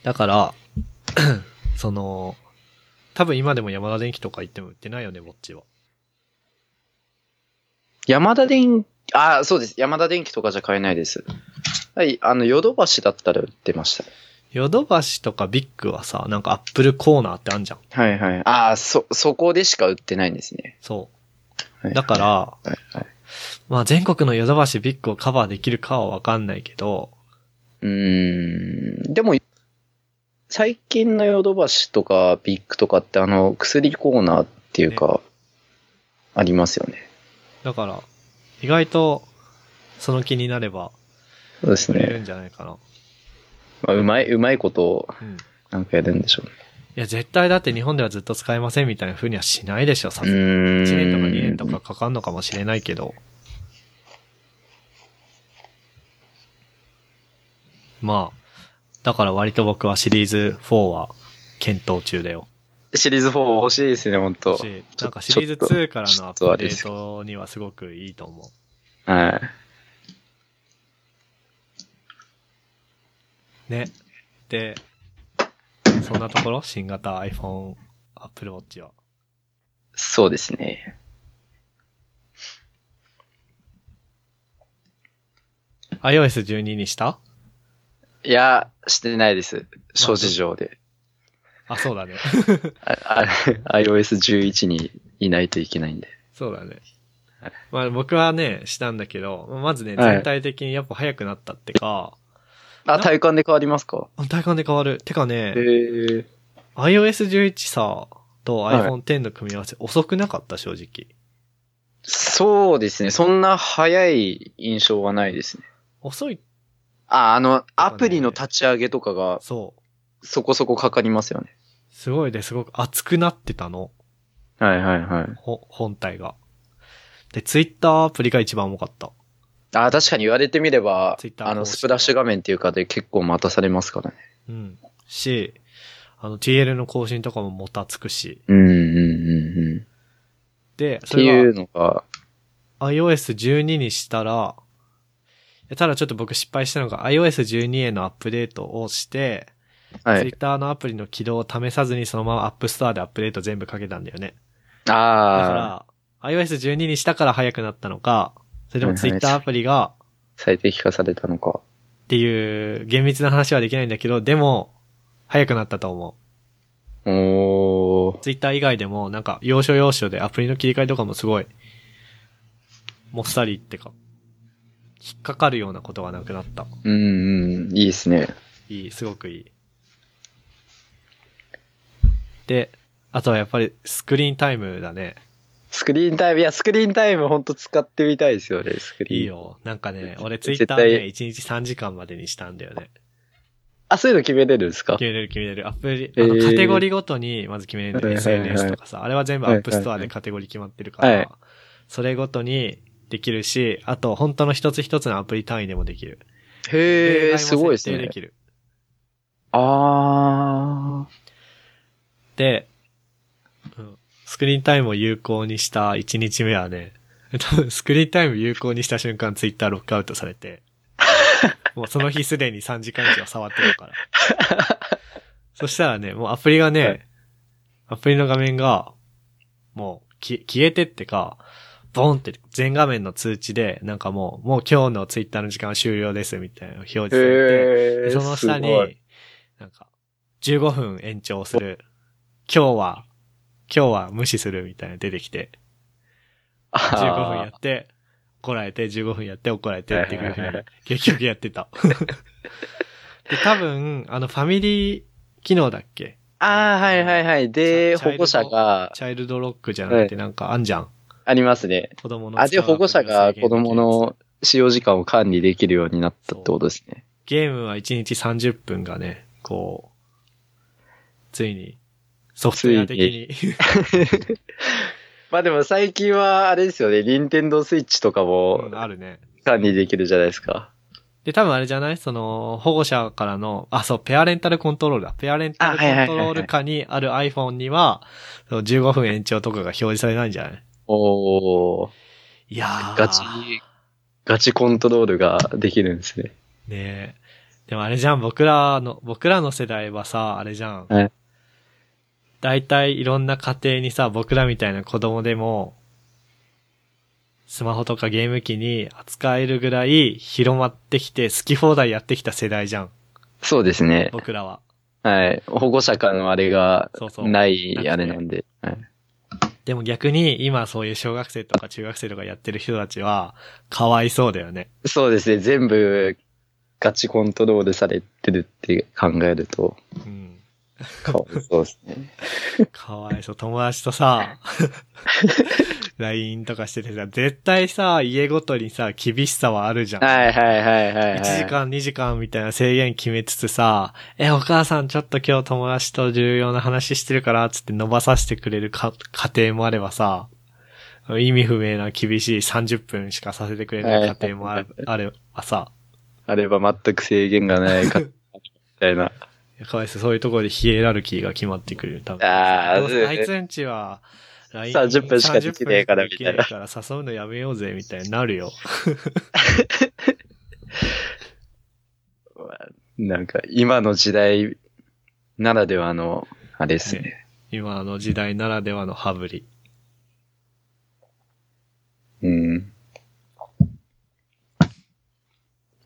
だから、 [clears throat] その、多分今でも山田電機とか行っても売ってないよね、ウォッチは。山田電、ああ、そうです。山田電機とかじゃ買えないです。はい。あの、ヨドバシだったら売ってました。ヨドバシとかビッグはさ、なんかアップルコーナーってあんじゃん。はいはい。ああ、そ、そこでしか売ってないんですね。そはう。いだから、はいはい。まあ全国のヨドバシビッグをカバーできるかはわかんないけど、うーん。でも、最近のヨドバシとかビッグとかってあの、薬コーナーっていうか、ありますよね。だから、意外と、その気になれば、そうです売れるね。んじゃないかな。まあ、うまい、うまいことをうん。いなんかやるんでしょうね。や、絶対だって日本ではずっと使えませんみたいな風にはしないでしょ、さうすがに。ーん。 1年とか2年とかかかんのかもしれないけど。まあ、だから割と僕はシリーズ4は検討中だよ。シリーズ4欲しいですね、本当しちょなんかシリーズ2からのアッちょっとあプれデですけートにはすごくいいと思う。はい。ね。で、そんなところ新型 iPhone、Apple Watch は。そうですね。 iOS12 にしたいや、してないです。諸事情で。あ、そ [laughs] うだね。ああ [laughs] iOS11 にいないといけないんで。そうだねはい。まあ僕はね、したんだけど、まずね、はい全体的にやっぱ早くなったってか、あ、体感で変わりますか体感で変わる。てかねえ、ー、 iOS11 さ、とはい iPhone X の組み合わせ遅くなかった、正直。そうですね。そんな早い印象はないですね。遅い、あ、あの、アプリの立ち上げとかがそう。そこそこかかりますよね。すごいで、すごく熱くなってたの。はいはいはい。ほ本体が。で、Twitter アプリが一番重かった。あ、確かに言われてみれば Twitter、あの、公式スプラッシュ画面っていうかで結構待たされますからね。うん。し、あの、TL の更新とかももたつくし。うんうんうんうん。っで、そていれうのが、は iOS12 にしたら、いやただちょっと僕失敗したのが iOS12 へのアップデートをして、は Twitter い。のアプリの起動を試さずにそのまま App Store でアップデート全部かけたんだよね。だああ、から、iOS12 にしたから早くなったのか、それでもはいはい Twitter アプリが最適化されたのか。っていう厳密な話はできないんだけど、でも、早くなったと思う。おー。ツイッター以外でも、なんか、要所要所でアプリの切り替えとかもすごい、もっさりってか、引っかかるようなことがなくなった。うんうん、いいですね。いい、すごくいい。で、あとはやっぱりスクリーンタイムだね。スクリーンタイム、いや、スクリーンタイムほんと使ってみたいですよね、スクリーン。いいよ。なんかね、俺ツイ絶ッタ対ーね、1日3時間までにしたんだよね。あ、そういうの決めれるんですか決めれる決めれる。アプリ、えあーのカテゴリーごとにまず決めれるんだよ。はいはいはい SNS とかさ。あれは全部アップストアでカテゴリー決まってるから、はいそれごとにできるし、あと本当の一つ一つのアプリ単位でもできる。へえ、例外もすごいです設定ねで。きる。あで、うんスクリーンタイムを有効にした1日目はね、 [laughs] 多分スクリーンタイム有効にした瞬間ツイッターロックアウトさ [laughs] れて、もうその日すでに3時間以上触ってるから。そしたらね、もうアプリがね、はいアプリの画面が、もうき消えてってか、ボンって全画面の通知で、なんかもう、もう今日のツイッターの時間は終了ですみたいなの表示ー。されて、へでえ。その下すごいに、なんか、15分延長する。今日は、今日は無視するみたいなの出てきて、15分やあって、怒られて、15分やって、怒られてっていうふはいうはいはに、結局やってた。で、多分、あの、ファミリー機能だっけーあー、はいはいはい。で、チャ保護者がチャイルドロックじゃなくてなんかあんじゃん。ありますね。子供のあ、で、使う保護者が子制限できる供の使用時間を管理できるようになったってことですね。ゲームは1日30分がね、こう、ついに、ソフトウェア的に、まあでも最近は、あれですよね、任天堂スイッチとかも [laughs] うんあるね。管理できるじゃないですか。で、多分あれじゃないその、保護者からの、あ、そう、ペアレンタルコントロールだ。ペアレンタルあはいはいはいはいコントロール下にある iPhone には、その15分延長とかが表示されないんじゃないおー、いやー。ガチ、ガチコントロールができるんですね。ねえ。でもあれじゃん、僕らの、僕らの世代はさ、あれじゃん。はい大体いろんな家庭にさ、僕らみたいな子供でも、スマホとかゲーム機に扱えるぐらい広まってきて、好き放題やってきた世代じゃん。そうですね。僕らは。はい。保護者からのあれがそうそうないなくてあれなんで。はいでも逆に今そういう小学生とか中学生とかやってる人たちは、かわいそうだよね。そうですね。全部ガチコントロールされてるって考える [laughs] と、うん。かわいそうですね。かわいそう。友達とさ、LINE とかしててさ、絶対さ、家ごとにさ、厳しさはあるじゃん。はいはいはいはい、はい。 1時間2時間みたいな制限決めつつさ、え、お母さんちょっと今日友達と重要な話してるから、つって伸ばさせてくれるか家庭もあればさ、意味不明な厳しい30分しかさせてくれない家庭もあれあればさ、あれば全く制限がないか、みたいな。 [laughs] かわいそう、そういうところでヒエラルキーが決まってくる。多分あーどうせあいつんちは、LINE 30分しかできねえからみたいな30分しかできねえから誘うのやめようぜ、みたいになるよ。なんか、今の時代ならではの、あれですね。今の時代ならではの羽振り。うん。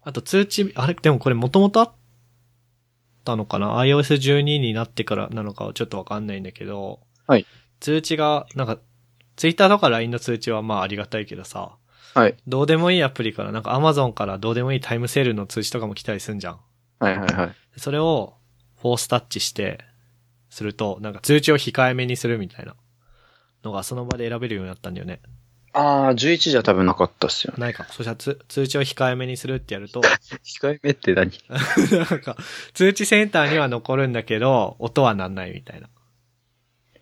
あと通知、あれ、でもこれもともとあったのかな ?iOS12 になってからなのかはちょっとわかんないんだけど、はい通知が、なんか、Twitter とか LINE の通知はまあありがたいけどさ、はい。どうでもいいアプリから、なんか Amazon からどうでもいいタイムセールの通知とかも来たりすんじゃん。はいはいはい。それをフォースタッチして、すると、なんか通知を控えめにするみたいなのがその場で選べるようになったんだよね。ああ、11じゃ多分なかったっすよね。ないか。そしたらつ通知を控えめにするってやると、 [laughs] 控えめって何なんか通知センターには残るんだけど、音はなんないみたいな。い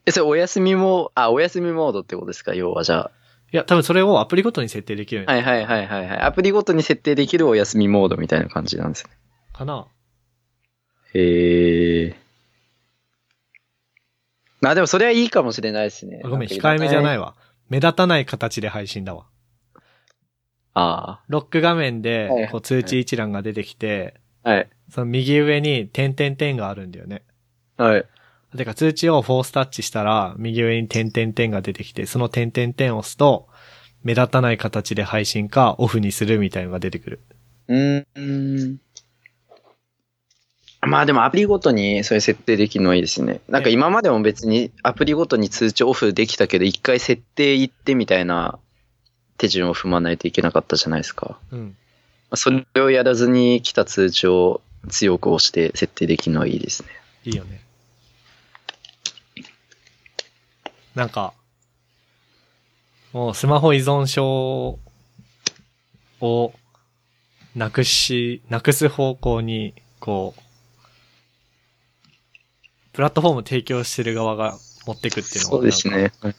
え、それお休みも、あ、お休みモードってことですか要はじゃや、多分それをアプリごとに設定できるようあ。にはないはいはいはいはい。アプリごとに設定できるお休みモードみたいな感じなんですね。るかな。へえ。まあでもそれはいいかもしれないですね。。あごめん、控えめじゃないいわ。目立たない形で配信だわ。あロック画面はいはでいこう通知一覧が出てきて、あ。はい。その右上に点々点があるんだよね。はい。てか通知をフォースタッチしたら、右上に点々点が出てきて、その点々点を押すと、目立たない形で配信かオフにするみたいなのが出てくる。うーん。まあでもアプリごとにそれ設定できるのはいいですね。なんか今までも別にアプリごとに通知オフできたけど、一回設定行ってみたいな手順を踏まないといけなかったじゃないですか。うん。それをやらずに来た通知を強く押して設定できるのはいいですね。いいよね。なんか、もうスマホ依存症をなくし、なくす方向に、こう、プラットフォーム提供してる側が持ってくっていうのがそうですなね。んかはい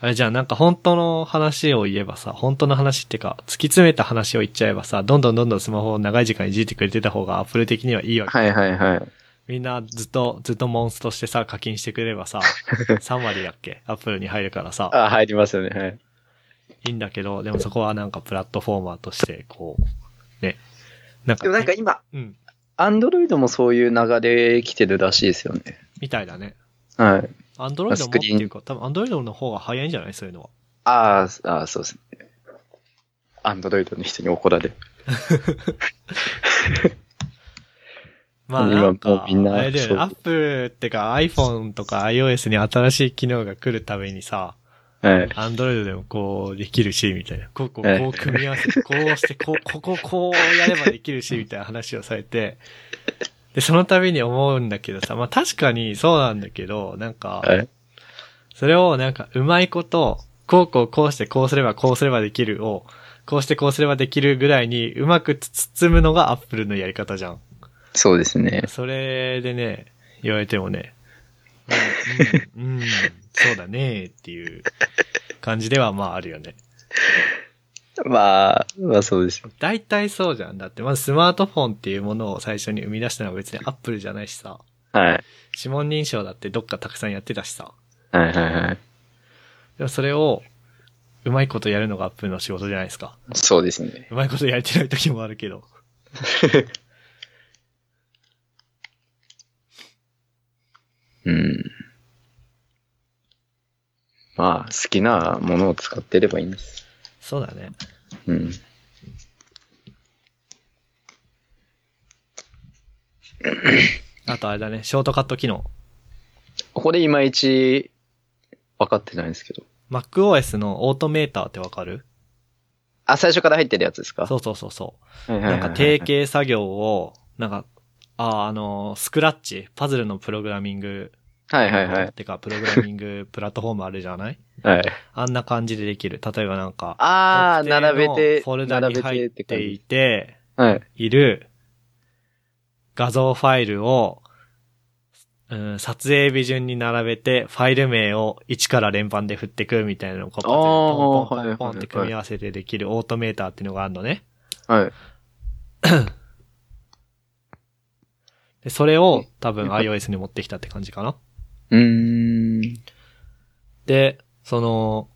あれじゃあなんか本当の話を言えばさ、本当の話ってか、突き詰めた話を言っちゃえばさ、どんどんどんどんスマホを長い時間いじってくれてた方がアップル的にはいいわけ。はいはいはい。みんなずっと、ずっとモンスとしてさ、課金してくれれば [laughs] さ、3割だっけアップルに入るからさ、あ、入りますよね。はい。いいんだけど、でもそこはなんかプラットフォーマーとして、こう、ね。なんか、でもなんか今、うん、アンドロイドもそういう流れ来てるらしいですよね。みたいだね。はい。アンドロイドスもっクてリーンいうか、多分アンドロイドの方が早いんじゃないそういうのは。あーあー、そうですね。アンドロイドの人に怒られる。まあ今なんもうか、みんなあれだよね。そうアップルってか iPhone とか iOS に新しい機能が来るためにさ、はい。アンドロイドでもこうできるし、みたいな。こう、こう、ええこう組み合 [laughs] わせて、こうして、こう、ここ、こうやればできるし、みたいな話をされて、で、その度に思うんだけどさ、まあ確かにそうなんだけど、なんか、はい。それをなんかうまいこと、こうこうこうしてこうすればこうすればできるを、こうしてこうすればできるぐらいにうまくつ包むのがアップルのやり方じゃん。そうですね。それでね、言われてもね、うん、うん、うんそうだねっていう感じではまああるよね。まあ、まあそうですよ。大体そうじゃん。だってまずスマートフォンっていうものを最初に生み出したのは別にアップルじゃないしさ、はい。指紋認証だってどっかたくさんやってたしさ。はいはいはい。でもそれを、うまいことやるのがアップルの仕事じゃないですか。そうですね。うまいことやれてない時もあるけど。うん。まあ、好きなものを使ってればいいんです。そうだね。うん。あとあれだね、ショートカット機能。これいまいち分かってないんですけど。 MacOS のオートメーターってわかるあ、最初から入ってるやつですかそうそうそうそう。う。ななんか定型作業を、なんか、あー、あのー、スクラッチ、パズルのプログラミング、はいはいはい。てか、プログラミングプラットフォームあるじゃないはい。あんな感じでできる。例えばなんか、ああ、特定の並べて、フォルダに入っ並べ感ていじて、はい。いる画像ファイルを、うん、撮影日順に並べて、ファイル名を1から連番で振ってくみたいなのをこう、ポンポンポンポンポンって組み合わせてできるオートメーターっていうのがあるのね。はい。でそれを多 [laughs] 分 iOS に持ってきたって感じかな。うーん。で、その、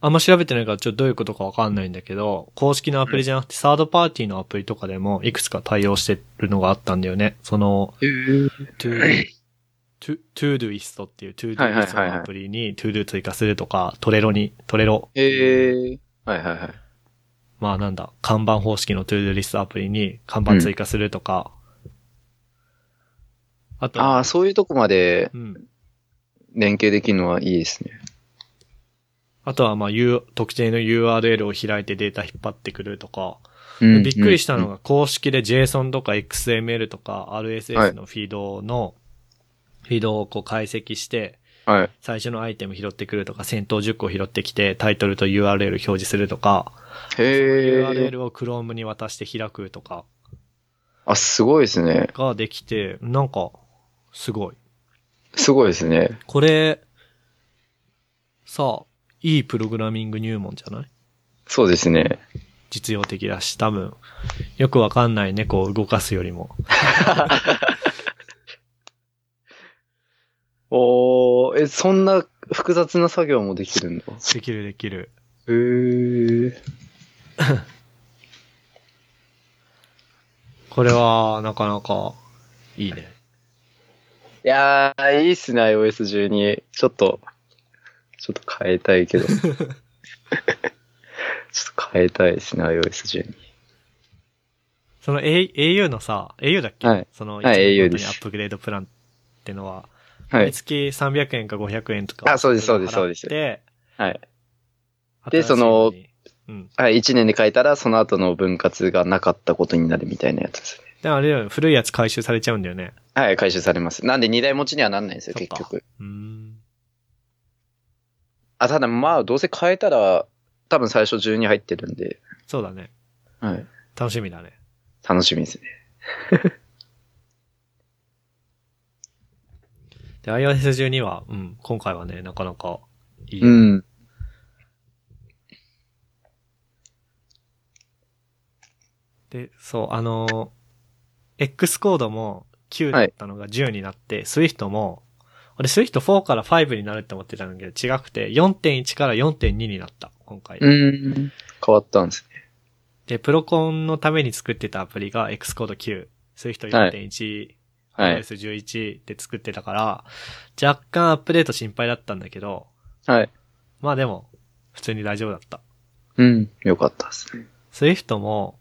あんま調べてないからちょっとどういうことかわかんないんだけど、公式のアプリじゃなくてサードパーティーのアプリとかでもいくつか対応してるのがあったんだよね。その、トゥー、トゥ、トゥードゥイストっていうトゥードゥイストのアプリにトゥードゥ追加するとか、トレロに、トレロ、えー。はいはいはい。まあなんだ、看板方式のトゥードゥリストアプリに看板追加するとか、あと、ああ、そういうとこまでうん。連携できるのはいいですね。あとはまあ、U、特定の URL を開いてデータ引っ張ってくるとか、うんびっくりしたのが。が公式で JSON とか XML とか RSS のフィードの、フィードをこう解析して、はい。最初のアイテム拾ってくるとか、先頭10個拾ってきて、タイトルと URL 表示するとか、へえ。 URL を Chrome に渡して開くとかあ、すごいですね。ができて、なんか、すごい。すごいですね。これ、さあ、いいプログラミング入門じゃないそうですね。実用的だし、多分、よくわかんない猫を動かすよりも。おー、え、そんな複雑な作業もできるんだ。できるできる。へー。これは、なかなか、いいね。いやー、いいっすね、iOS12。ちょっと、ちょっと変えたいけ [laughs] ど。ちょっと変えたいですね、iOS12。その、A、au のさ、au だっけ、はいその、はいつ au も本当ですにアップグレードプランってのは、は毎い。月300円か500円とか。あそうですそうですそうですで、はい。新しいのにでその、うん。はい、1年で書いたら、その後の分割がなかったことになるみたいなやつですね。で、あれだよね、古いやつ回収されちゃうんだよね。はい、回収されます。なんで2台持ちにはなんないんですよ、そっ結か局。うーん。あ、ただまあ、どうせ変えたら、多分最初12入ってるんで、そうだね。はい、楽しみだね。楽しみですね。で、iOS12 は、うん、今回はね、なかなかいい。うん。で、そう、あのー X コードも9だったのが10になって、Swift も、俺 Swift4 から5になるって思ってたんだけど、違くて、4.1から4.2になった、今回。うん。変わったんですね。で、プロコンのために作ってたアプリが X コード9、Swift4.1、はい。 iOS11 で作ってたから、若干アップデート心配だったんだけど、はい。まあでも、普通に大丈夫だった。うん。よかったですね。 Swift も、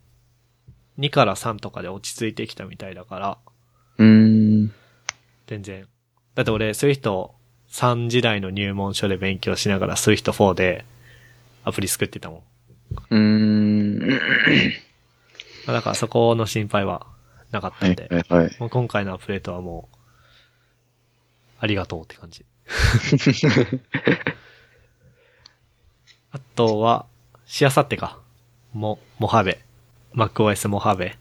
2から3とかで落ち着いてきたみたいだから、うん。全然。だって俺、Swift 3時代の入門書で勉強しながら Swift4 でアプリ作ってたもん。うん。まあだからそこの心配はなかったはんいで、。はい。はいもう今回のアップデートはもう、ありがとうって [laughs] 感じ。あとは、しあさってか。も、モハベ。MacOS モハベ。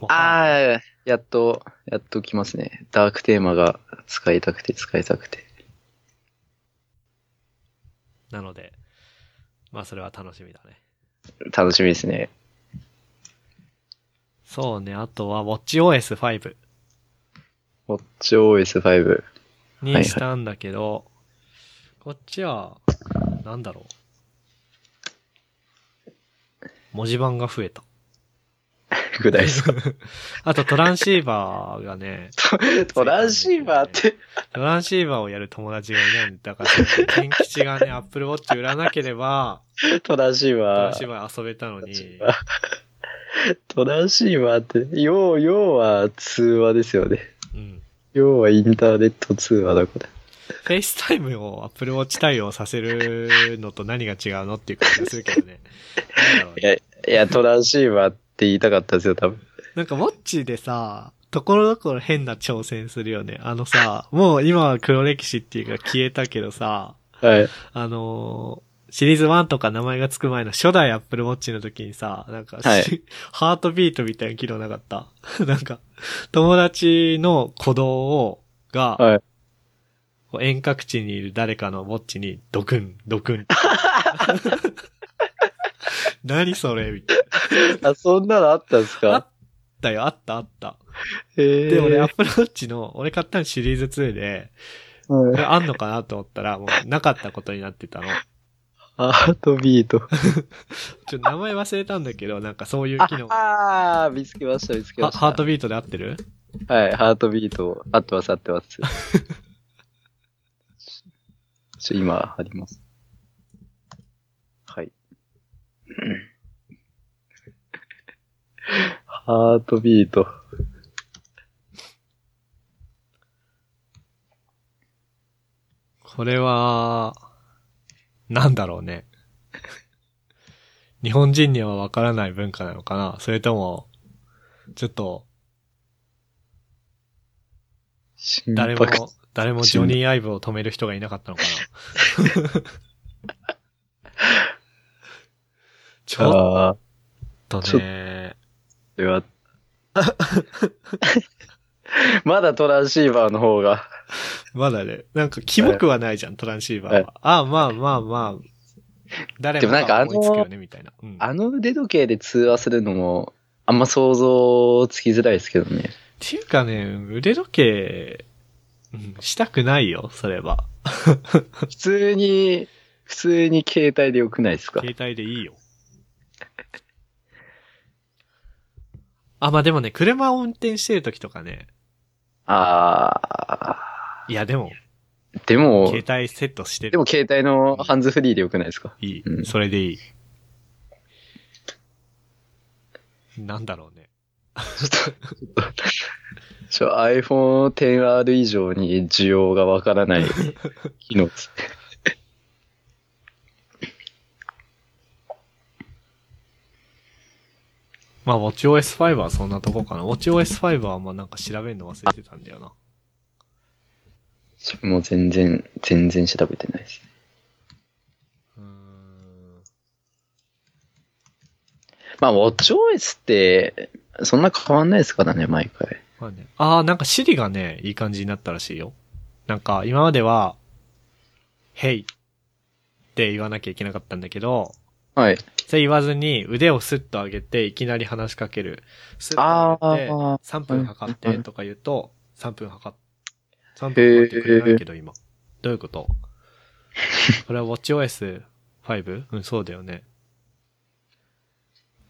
モハベああ、やっと、やっと来ますね。ダークテーマが使いたくて使いたくて。なので、まあそれは楽しみだね。楽しみですね。そうね、あとは WatchOS5 WatchOS5。にしたんだけど、こっちは、なんだろう。文字盤が増えた。ぐらいですか。あとトランシーバーがね、トランシーバーって、トランシーバーをやる友達がいないんだから、天吉がね、アップルウォッチ売らなければ、トランシートラバンシー。ーバー遊べたのに、トランシーバーって、要、要は通話ですよね。うん。要はインターネット通話だ、これ。フェイスタイムをアップルウォッチ対応させるのと何が違うのっていう感じがするけどね。なんだろうねいや、いや、トランシーバーって言いたかったですよ、多分。なんか、ウォッチでさ、ところどころ変な挑戦するよね。あのさ、もう今は黒歴史っていうか消えたけどさ、はい。あのーシリーズ1とか名前がつく前の初代 Apple Watch の時にさ、なんか、はいしハートビートみたいな機能なかった [laughs] なんか、友達の鼓動を、が、はいこう遠隔地にいる誰かのウォッチにドクン、[laughs] ドクンって。何それみたいあ、そんなのあったんですな。あっかたよ、あったあった。へえで、俺、アップルウォッチの、俺買ったのシリーズ2で、これあんのかなと思ったら、もうなかったことになってたの。ハートビート。ちょ、名前忘れたんだけど、なんかそういう機能。はああー、見つけました、見つけました。ハートビートで合ってるはい、ハートビート、合ってます、合って [laughs] ます。ちょ、今、あります。はい。ハートビート。これは、なんだろうね。 [laughs] 日本人にはわからない文化なのかなそれとも、ちょっと、心誰拍も、誰もジョニー・アイブを止める人がいなかったのかな [laughs] ちょっああ、とちょね。で [laughs] は。まだトランシーバーの方が。まだね。なんか、キモくはないじゃん、トランシーバーはいは。ああ、まあまあまあ。誰でももなんかがあの思いつくよね、みたいな。うん、っあの腕時計で通話するのも、あんま想像つきづらいですけどね。ていうかね、腕時計、うん、したくないよ、それは。普通に、普通に携帯でよくないですか携帯でいいよ。あ、まあでもね、車を運転してる時とかね。あいや、でも、ー、でも、携帯セットしてでる。も携帯のハンズフリーでよくないですかいい、うんそれでいい。なんだろうね。ちょ iPhone XR 以上に需要がわから [laughs] ない機能です。まあ、WatchOS5 はそんなとこかな。WatchOS5 はまあなんか調べるの忘れてたんだよな。それも全然、全然調べてないですね。うーん。まあ、WatchOS って、そんな変わんないですからね、毎回。まあね。ああ、なんか Siri がね、いい感じになったらしいよ。なんか、今までは、Hey って言わなきゃいけなかったんだけど、はい。それ言わずに腕をスッと上げていきなり話しかける。スッあと上げてあ3分測ってとか言うと、3分測っ、3分測ってくれないけど今。どういうこと [laughs] これは WatchOS5? うん、そうだよね。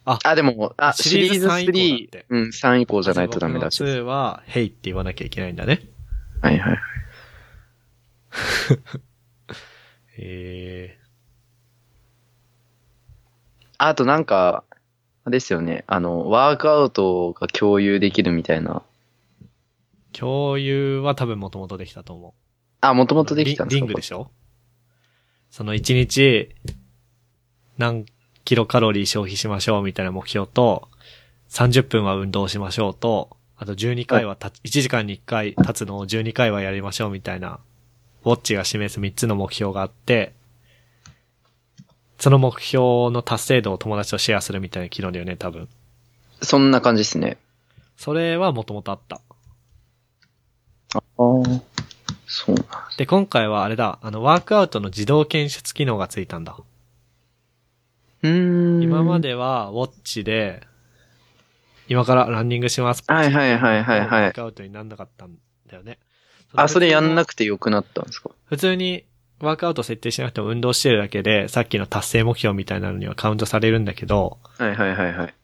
あ、でも、あ、シシリリーーズズ3 3、以降だってうん、3以降じゃないとダメだし。 2は、Hey って言わなきゃいけないんだね。はいはい。えあとなんか、あれですよね、あの、ワークアウトが共有できるみたいな。ー、共有は多分もともとできたと思う。あ、もともとできたんリリングでしょその1日、何キロカロリー消費しましょうみたいな目標と、30分は運動しましょうと、あと12回は立つ、1時間に1回立つのを12回はやりましょうみたいな、ウォッチが示す3つの目標があって、その目標の達成度を友達とシェアするみたいな機能だよね、多分。そんな感じですね。それはもともとあった。ああ。そうなんだで、今回はあれだ、あの、ワークアウトの自動検出機能がついたんだ。うーん。今ま。では、ウォッチで、今からランニングします。はいはいはいはいワはーい。クアウトになんなかったんだよね。あ、それやんなくくてよくなったんですか普通にワークアウト設定しなくても運動してるだけで、さっきの達成目標みたいなのにはカウントされるんだけど、はいはいはいはい。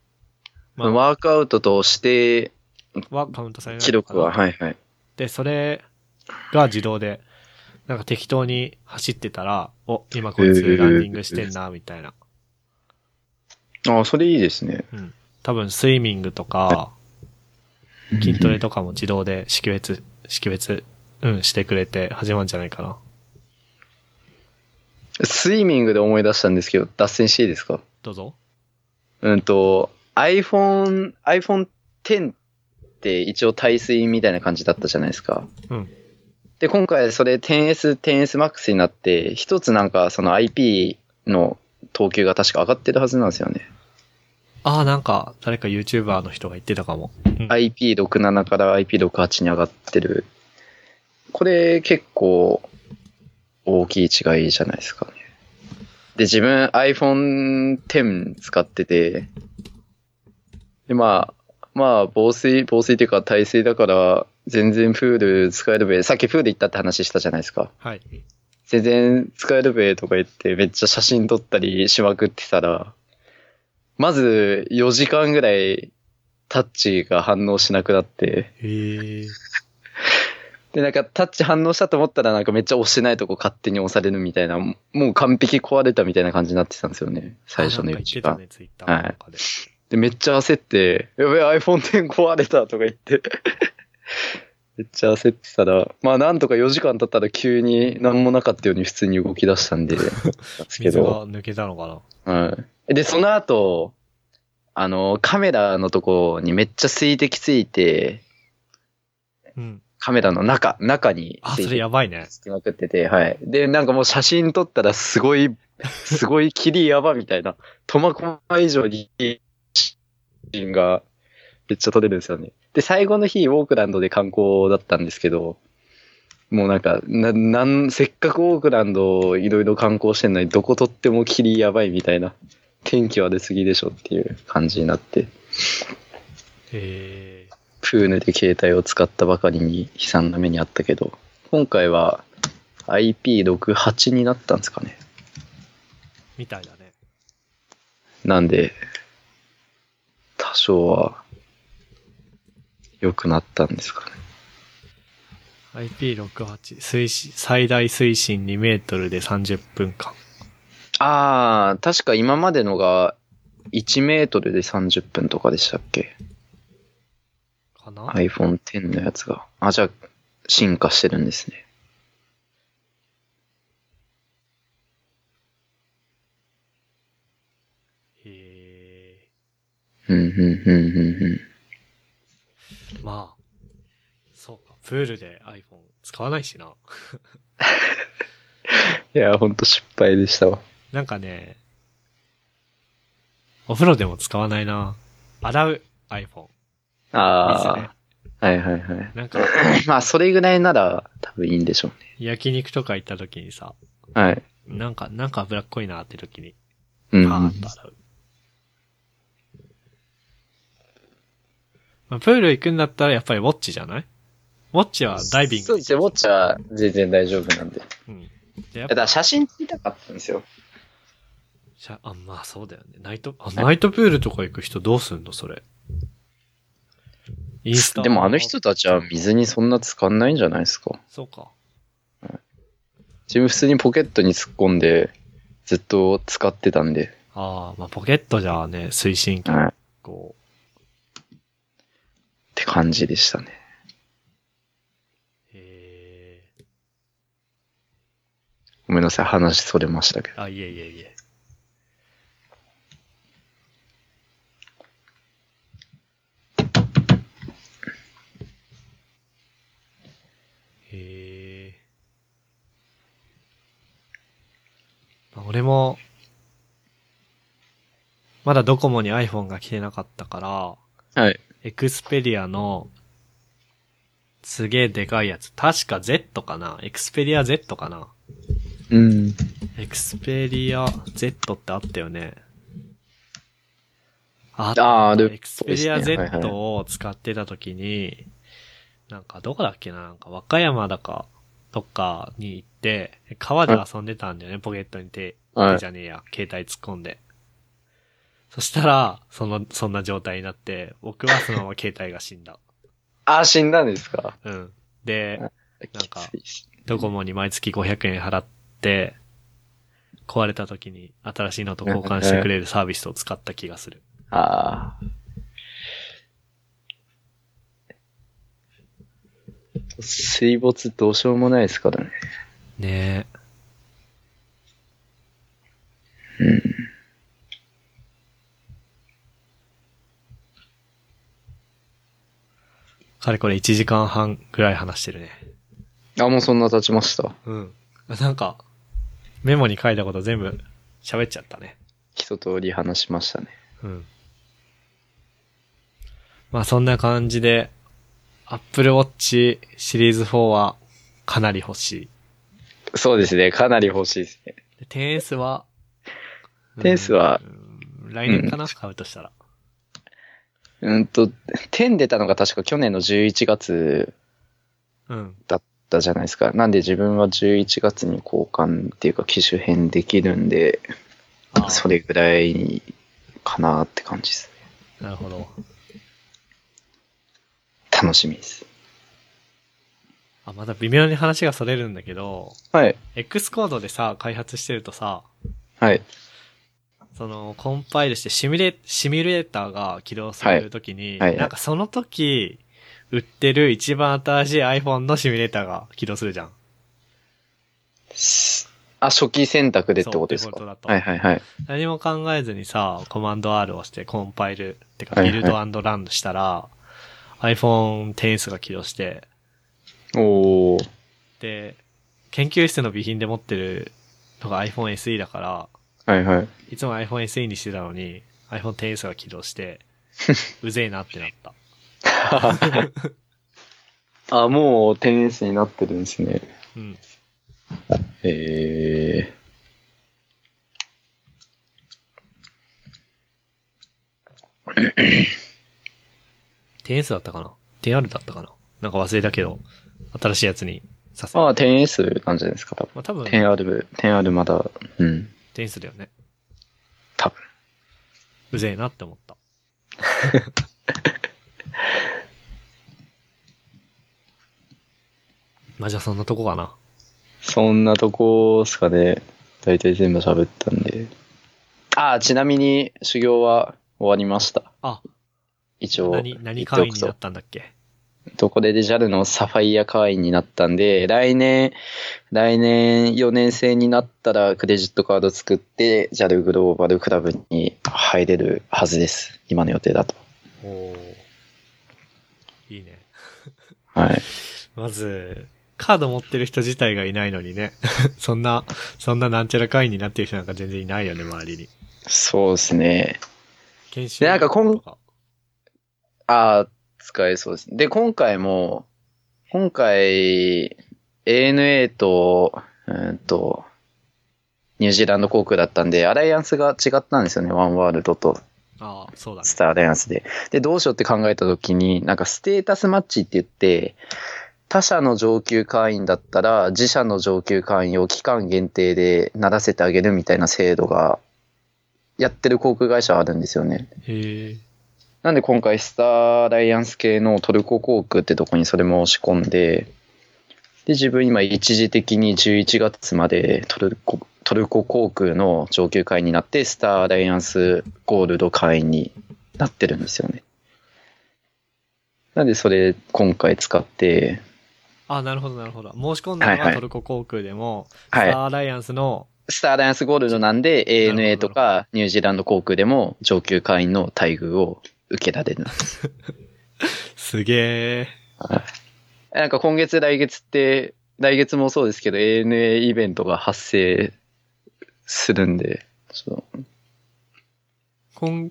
まあワークアウトとして、はカウントされない。記録は、はいはい。で、それが自動で、なんか適当に走ってたら、お、今こいつランニングしてんな、みたいな。あ、それいいですね。多分スイミングとか、筋トレとかも自動で識別、識別、うん、してくれて始まるんじゃないかな。スイミングで思い出したんですけど、脱線していいですかどうぞ。うんと、iPhone、iPhone X って一応耐水みたいな感じだったじゃないですか。うん。で、今回それ 10S、10S Max になって、一つなんかその IP の等級が確か上がってるはずなんですよね。ああ、なんか、誰か YouTuber の人が言ってたかも。うん。 IP67 から IP68 に上がってる。これ結構大きい違いじゃないですかね。で、自分 iPhone X 使ってて、で、まあ、まあ、防水、防水っていうか耐水だから、全然プール使えるべ。さっきプール行ったって話したじゃないですか。はい。全然使えるべとか言ってめっちゃ写真撮ったりしまくってたら、まず4時間ぐらいタッチが反応しなくなって、えー、で、なんかタッチ反応したと思ったらなんかめっちゃ押してないとこ勝手に押されるみたいな、もう完璧壊れたみたいな感じになってたんですよね、最初のなんか4言って時た間。ね、Twitter とかで。で、めっちゃ焦って、やべえ、iPhone X 壊れたとか言って、 [laughs] めっちゃ焦ってたら、まあなんとか4時間経ったら急に何もなかったように普通に動き出したん [laughs] で、ですけ水ど。が抜けたのかな。はい。で、その後、あの、カメラのとこにめっちゃ水滴ついて、うん。カメラの中、中にあ、水それ滴やばいね。つきまくってて、はい。で、なんかもう写真撮ったらすごい、すごい霧やばみたいな、苫小牧以上に写真がめっちゃ撮れるんですよね。で、最後の日、オークランドで観光だったんですけど、もうなんか、な、なん、せっかくオークランドをいろいろ観光してんのに、どこ撮っても霧やばいみたいな、天気は出過ぎでしょっていう感じになって、えプールで携帯を使ったばかりに悲惨な目にあったけど、今回は IP68 になったんですかね。ー、みたいだね。なんで、多少は良くなったんですかね。 IP68、水深、最大水深2メートルで30分間。ああ、確か今までのが1メートルで30分とかでしたっけかな、 ?iPhone X のやつが。あ、じゃあ、進化してるんですね。えうん、うん、うん、うん、うん。まあ、そうか。プールで iPhone 使わないしな。いや、ほんと失敗でしたわ。なんかね、お風呂でも使わないな。洗う iPhone。ああ、ですね。はいはいはい。な [laughs] んか、まあ、それぐらいなら多分いいんでしょうね。焼肉とか行った時にさ、はい。なんか、なんか脂っこいなって時に、うパん。ーッと洗う。まあ、プール行くんだったらやっぱりウォッチじゃないウォッチはダイビング。そうですね、ウォッチは全然大丈夫なんで。うん。でやだかっぱら写真撮りたかったんですよ。しゃあ、まあそうだよね。ナイト、あ、ナイトプールとか行く人どうすんのそれ。インスタ。でもあの人たちは水にそんな使んないんじゃないですか。そうか。自分普通にポケットに突っ込んで、ずっと使ってたんで。ああ、まあポケットじゃあね、推進機、はい。っこて感じでしたね。う。へえ。ごめんなさい、話それましたけど。あ、いえいえいえ。へえ。まあ、俺も、まだドコモに iPhone が来てなかったから、はい。エクスペリアの、すげえでかいやつ。確か Z かなエクスペリア Z かなうん。エクスペリア Z ってあったよね。ああーあるっぽいエクスペリアですねはいはい Z を使ってた時に、なんかどこだっけななんか和歌山だか、どっかに行って、川で遊んでたんだよね、ポケットに手、はい手じゃねえや、携帯突っ込んで。そしたら、その、そんな状態になって、僕はそのまま携帯が死んだ。あー、死んだんですかうん。で、なんかきついっすドコモに毎月500円払って、壊れた時に新しいのと交換してくれるサービスを使った気がする。ああ。水没どうしようもないですからね。ねえ。かれこれ1時間半ぐらい話してるね。あ、もうそんな経ちました。うん。なんか、メモに書いたこと全部喋っちゃったね。一通り話しましたね。うん。まあそんな感じで、Apple Watch シリーズ4はかなり欲しい。そうですね。かなり欲しいですね。で 10S は、うん 10S は、うん来年かな、買うとしたら。うんと、10出たのが確か去年の11月うん。だったじゃないですか。なんで自分は11月に交換っていうか機種変できるんで、ああそれぐらいかなって感じですね。なるほど。楽しみです。あ、まだ微妙に話がそれるんだけど、はい。 X コードでさ、開発してるとさ、はい。その、コンパイルしてシミュレ、シミュレーターが起動されるときに、はいはいなんかその時、売ってる一番新しい iPhone のシミュレーターが起動するじゃん。あ、初期選択でってことですそうデフォかルトだとはいはいはい。何も考えずにさ、コマンド R を押してコンパイル、ってかはビいはいルドランドしたら、iPhone XS が起動して、おー。で、研究室の備品で持ってるのが iPhone SE だから、はいはい。 [laughs] いつも iPhone SE にしてたのに、iPhone XS が起動 [laughs] して、うぜえなってなった。あ、もう 10S になってるんですね。うん。へえ。 10S だったかな ?10R だったかななんか忘れたけど、新しいやつにさせまあ、10S なんじゃないですか、多分。まあ多分、 10R、10R まだ、うん、 10S だよね。多分。うぜえなって思 [laughs] った。まあじゃあそんなとこかな。そんなとこですかね。大体全部喋ったんで。ああ、ちなみに修行は終わりました。あ、一応。何、言何っ会てお員くにとなったんだっけとこれで JAL のサファイア会員になったんで、来年、来年4年生になったらクレジットカード作って、JAL グローバルクラブに入れるはずです。今の予定だと。おお。いいね。はい。まず、カード持ってる人自体がいないのにね。 [laughs] そんな、そんななんちゃら会員になってる人なんか全然いないよね、周りに。そうですね。研修でなんかこんとああ、使えそうです。で、今回も、今回、ANA と、うんと、ニュージーランド航空だったんで、アライアンスが違ったんですよね。ワンワールドとああ、そうだねス。ターアライアンスで。で、どうしようって考えた時に、なんかステータスマッチって言って、他社の上級会員だったら、自社の上級会員を期間限定でならせてあげるみたいな制度が、やってる航空会社はあるんですよね。へえ。なんで今回スターアライアンス系のトルコ航空ってとこにそれも仕込んで、で、自分今一時的に11月までトルコ、トルコ航空の上級会員になって、スターアライアンスゴールド会員になってるんですよね。なんでそれ今回使って、あ、なるほど、なるほど。申し込んだはいのははいトルコ航空でも、はいスターアライアンスの、スターアライアンスゴールドなんでるほど ANA とかニュージーランド航空でも上級会員の待遇を受けられる。すげえ。なんか今月来月って、来月もそうですけど ANA イベントが発生するんで、そうこん、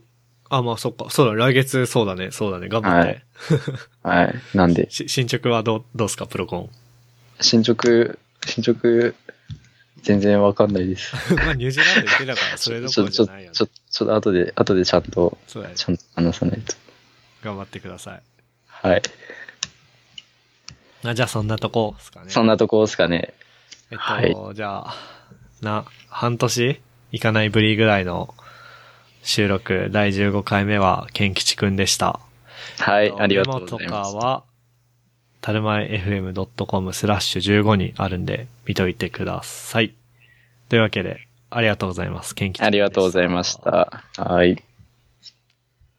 あ、まあそっか。そうだ、来月そうだね、そうだね、頑張って。はいはい。なんで、し進捗はどう、どうすか、プロコン。 [laughs] 進捗、進捗、全然わかんないです。まあ、ニュージーランド行ってたから、 [laughs] それどこ [laughs] ろちじょ、ゃちょないよねち。ょ、ちょっと後で、後でちゃんと、そうだね。ちゃんと話さないと。頑張ってください。はい。あじゃあ、そんなとこですかね。そんなとこですかね。えっと、はじゃあ、な、半年行かないぶりぐらいの収録、第15回目は、ケンキチくんでした。は、はいありがとうございメモますと。かは、たるまえ fm.com スラッシュ15にあるんで、見といてください。というわけで、ありがとうございます。ケンキチくんでしたありがとうございまし。た。はい。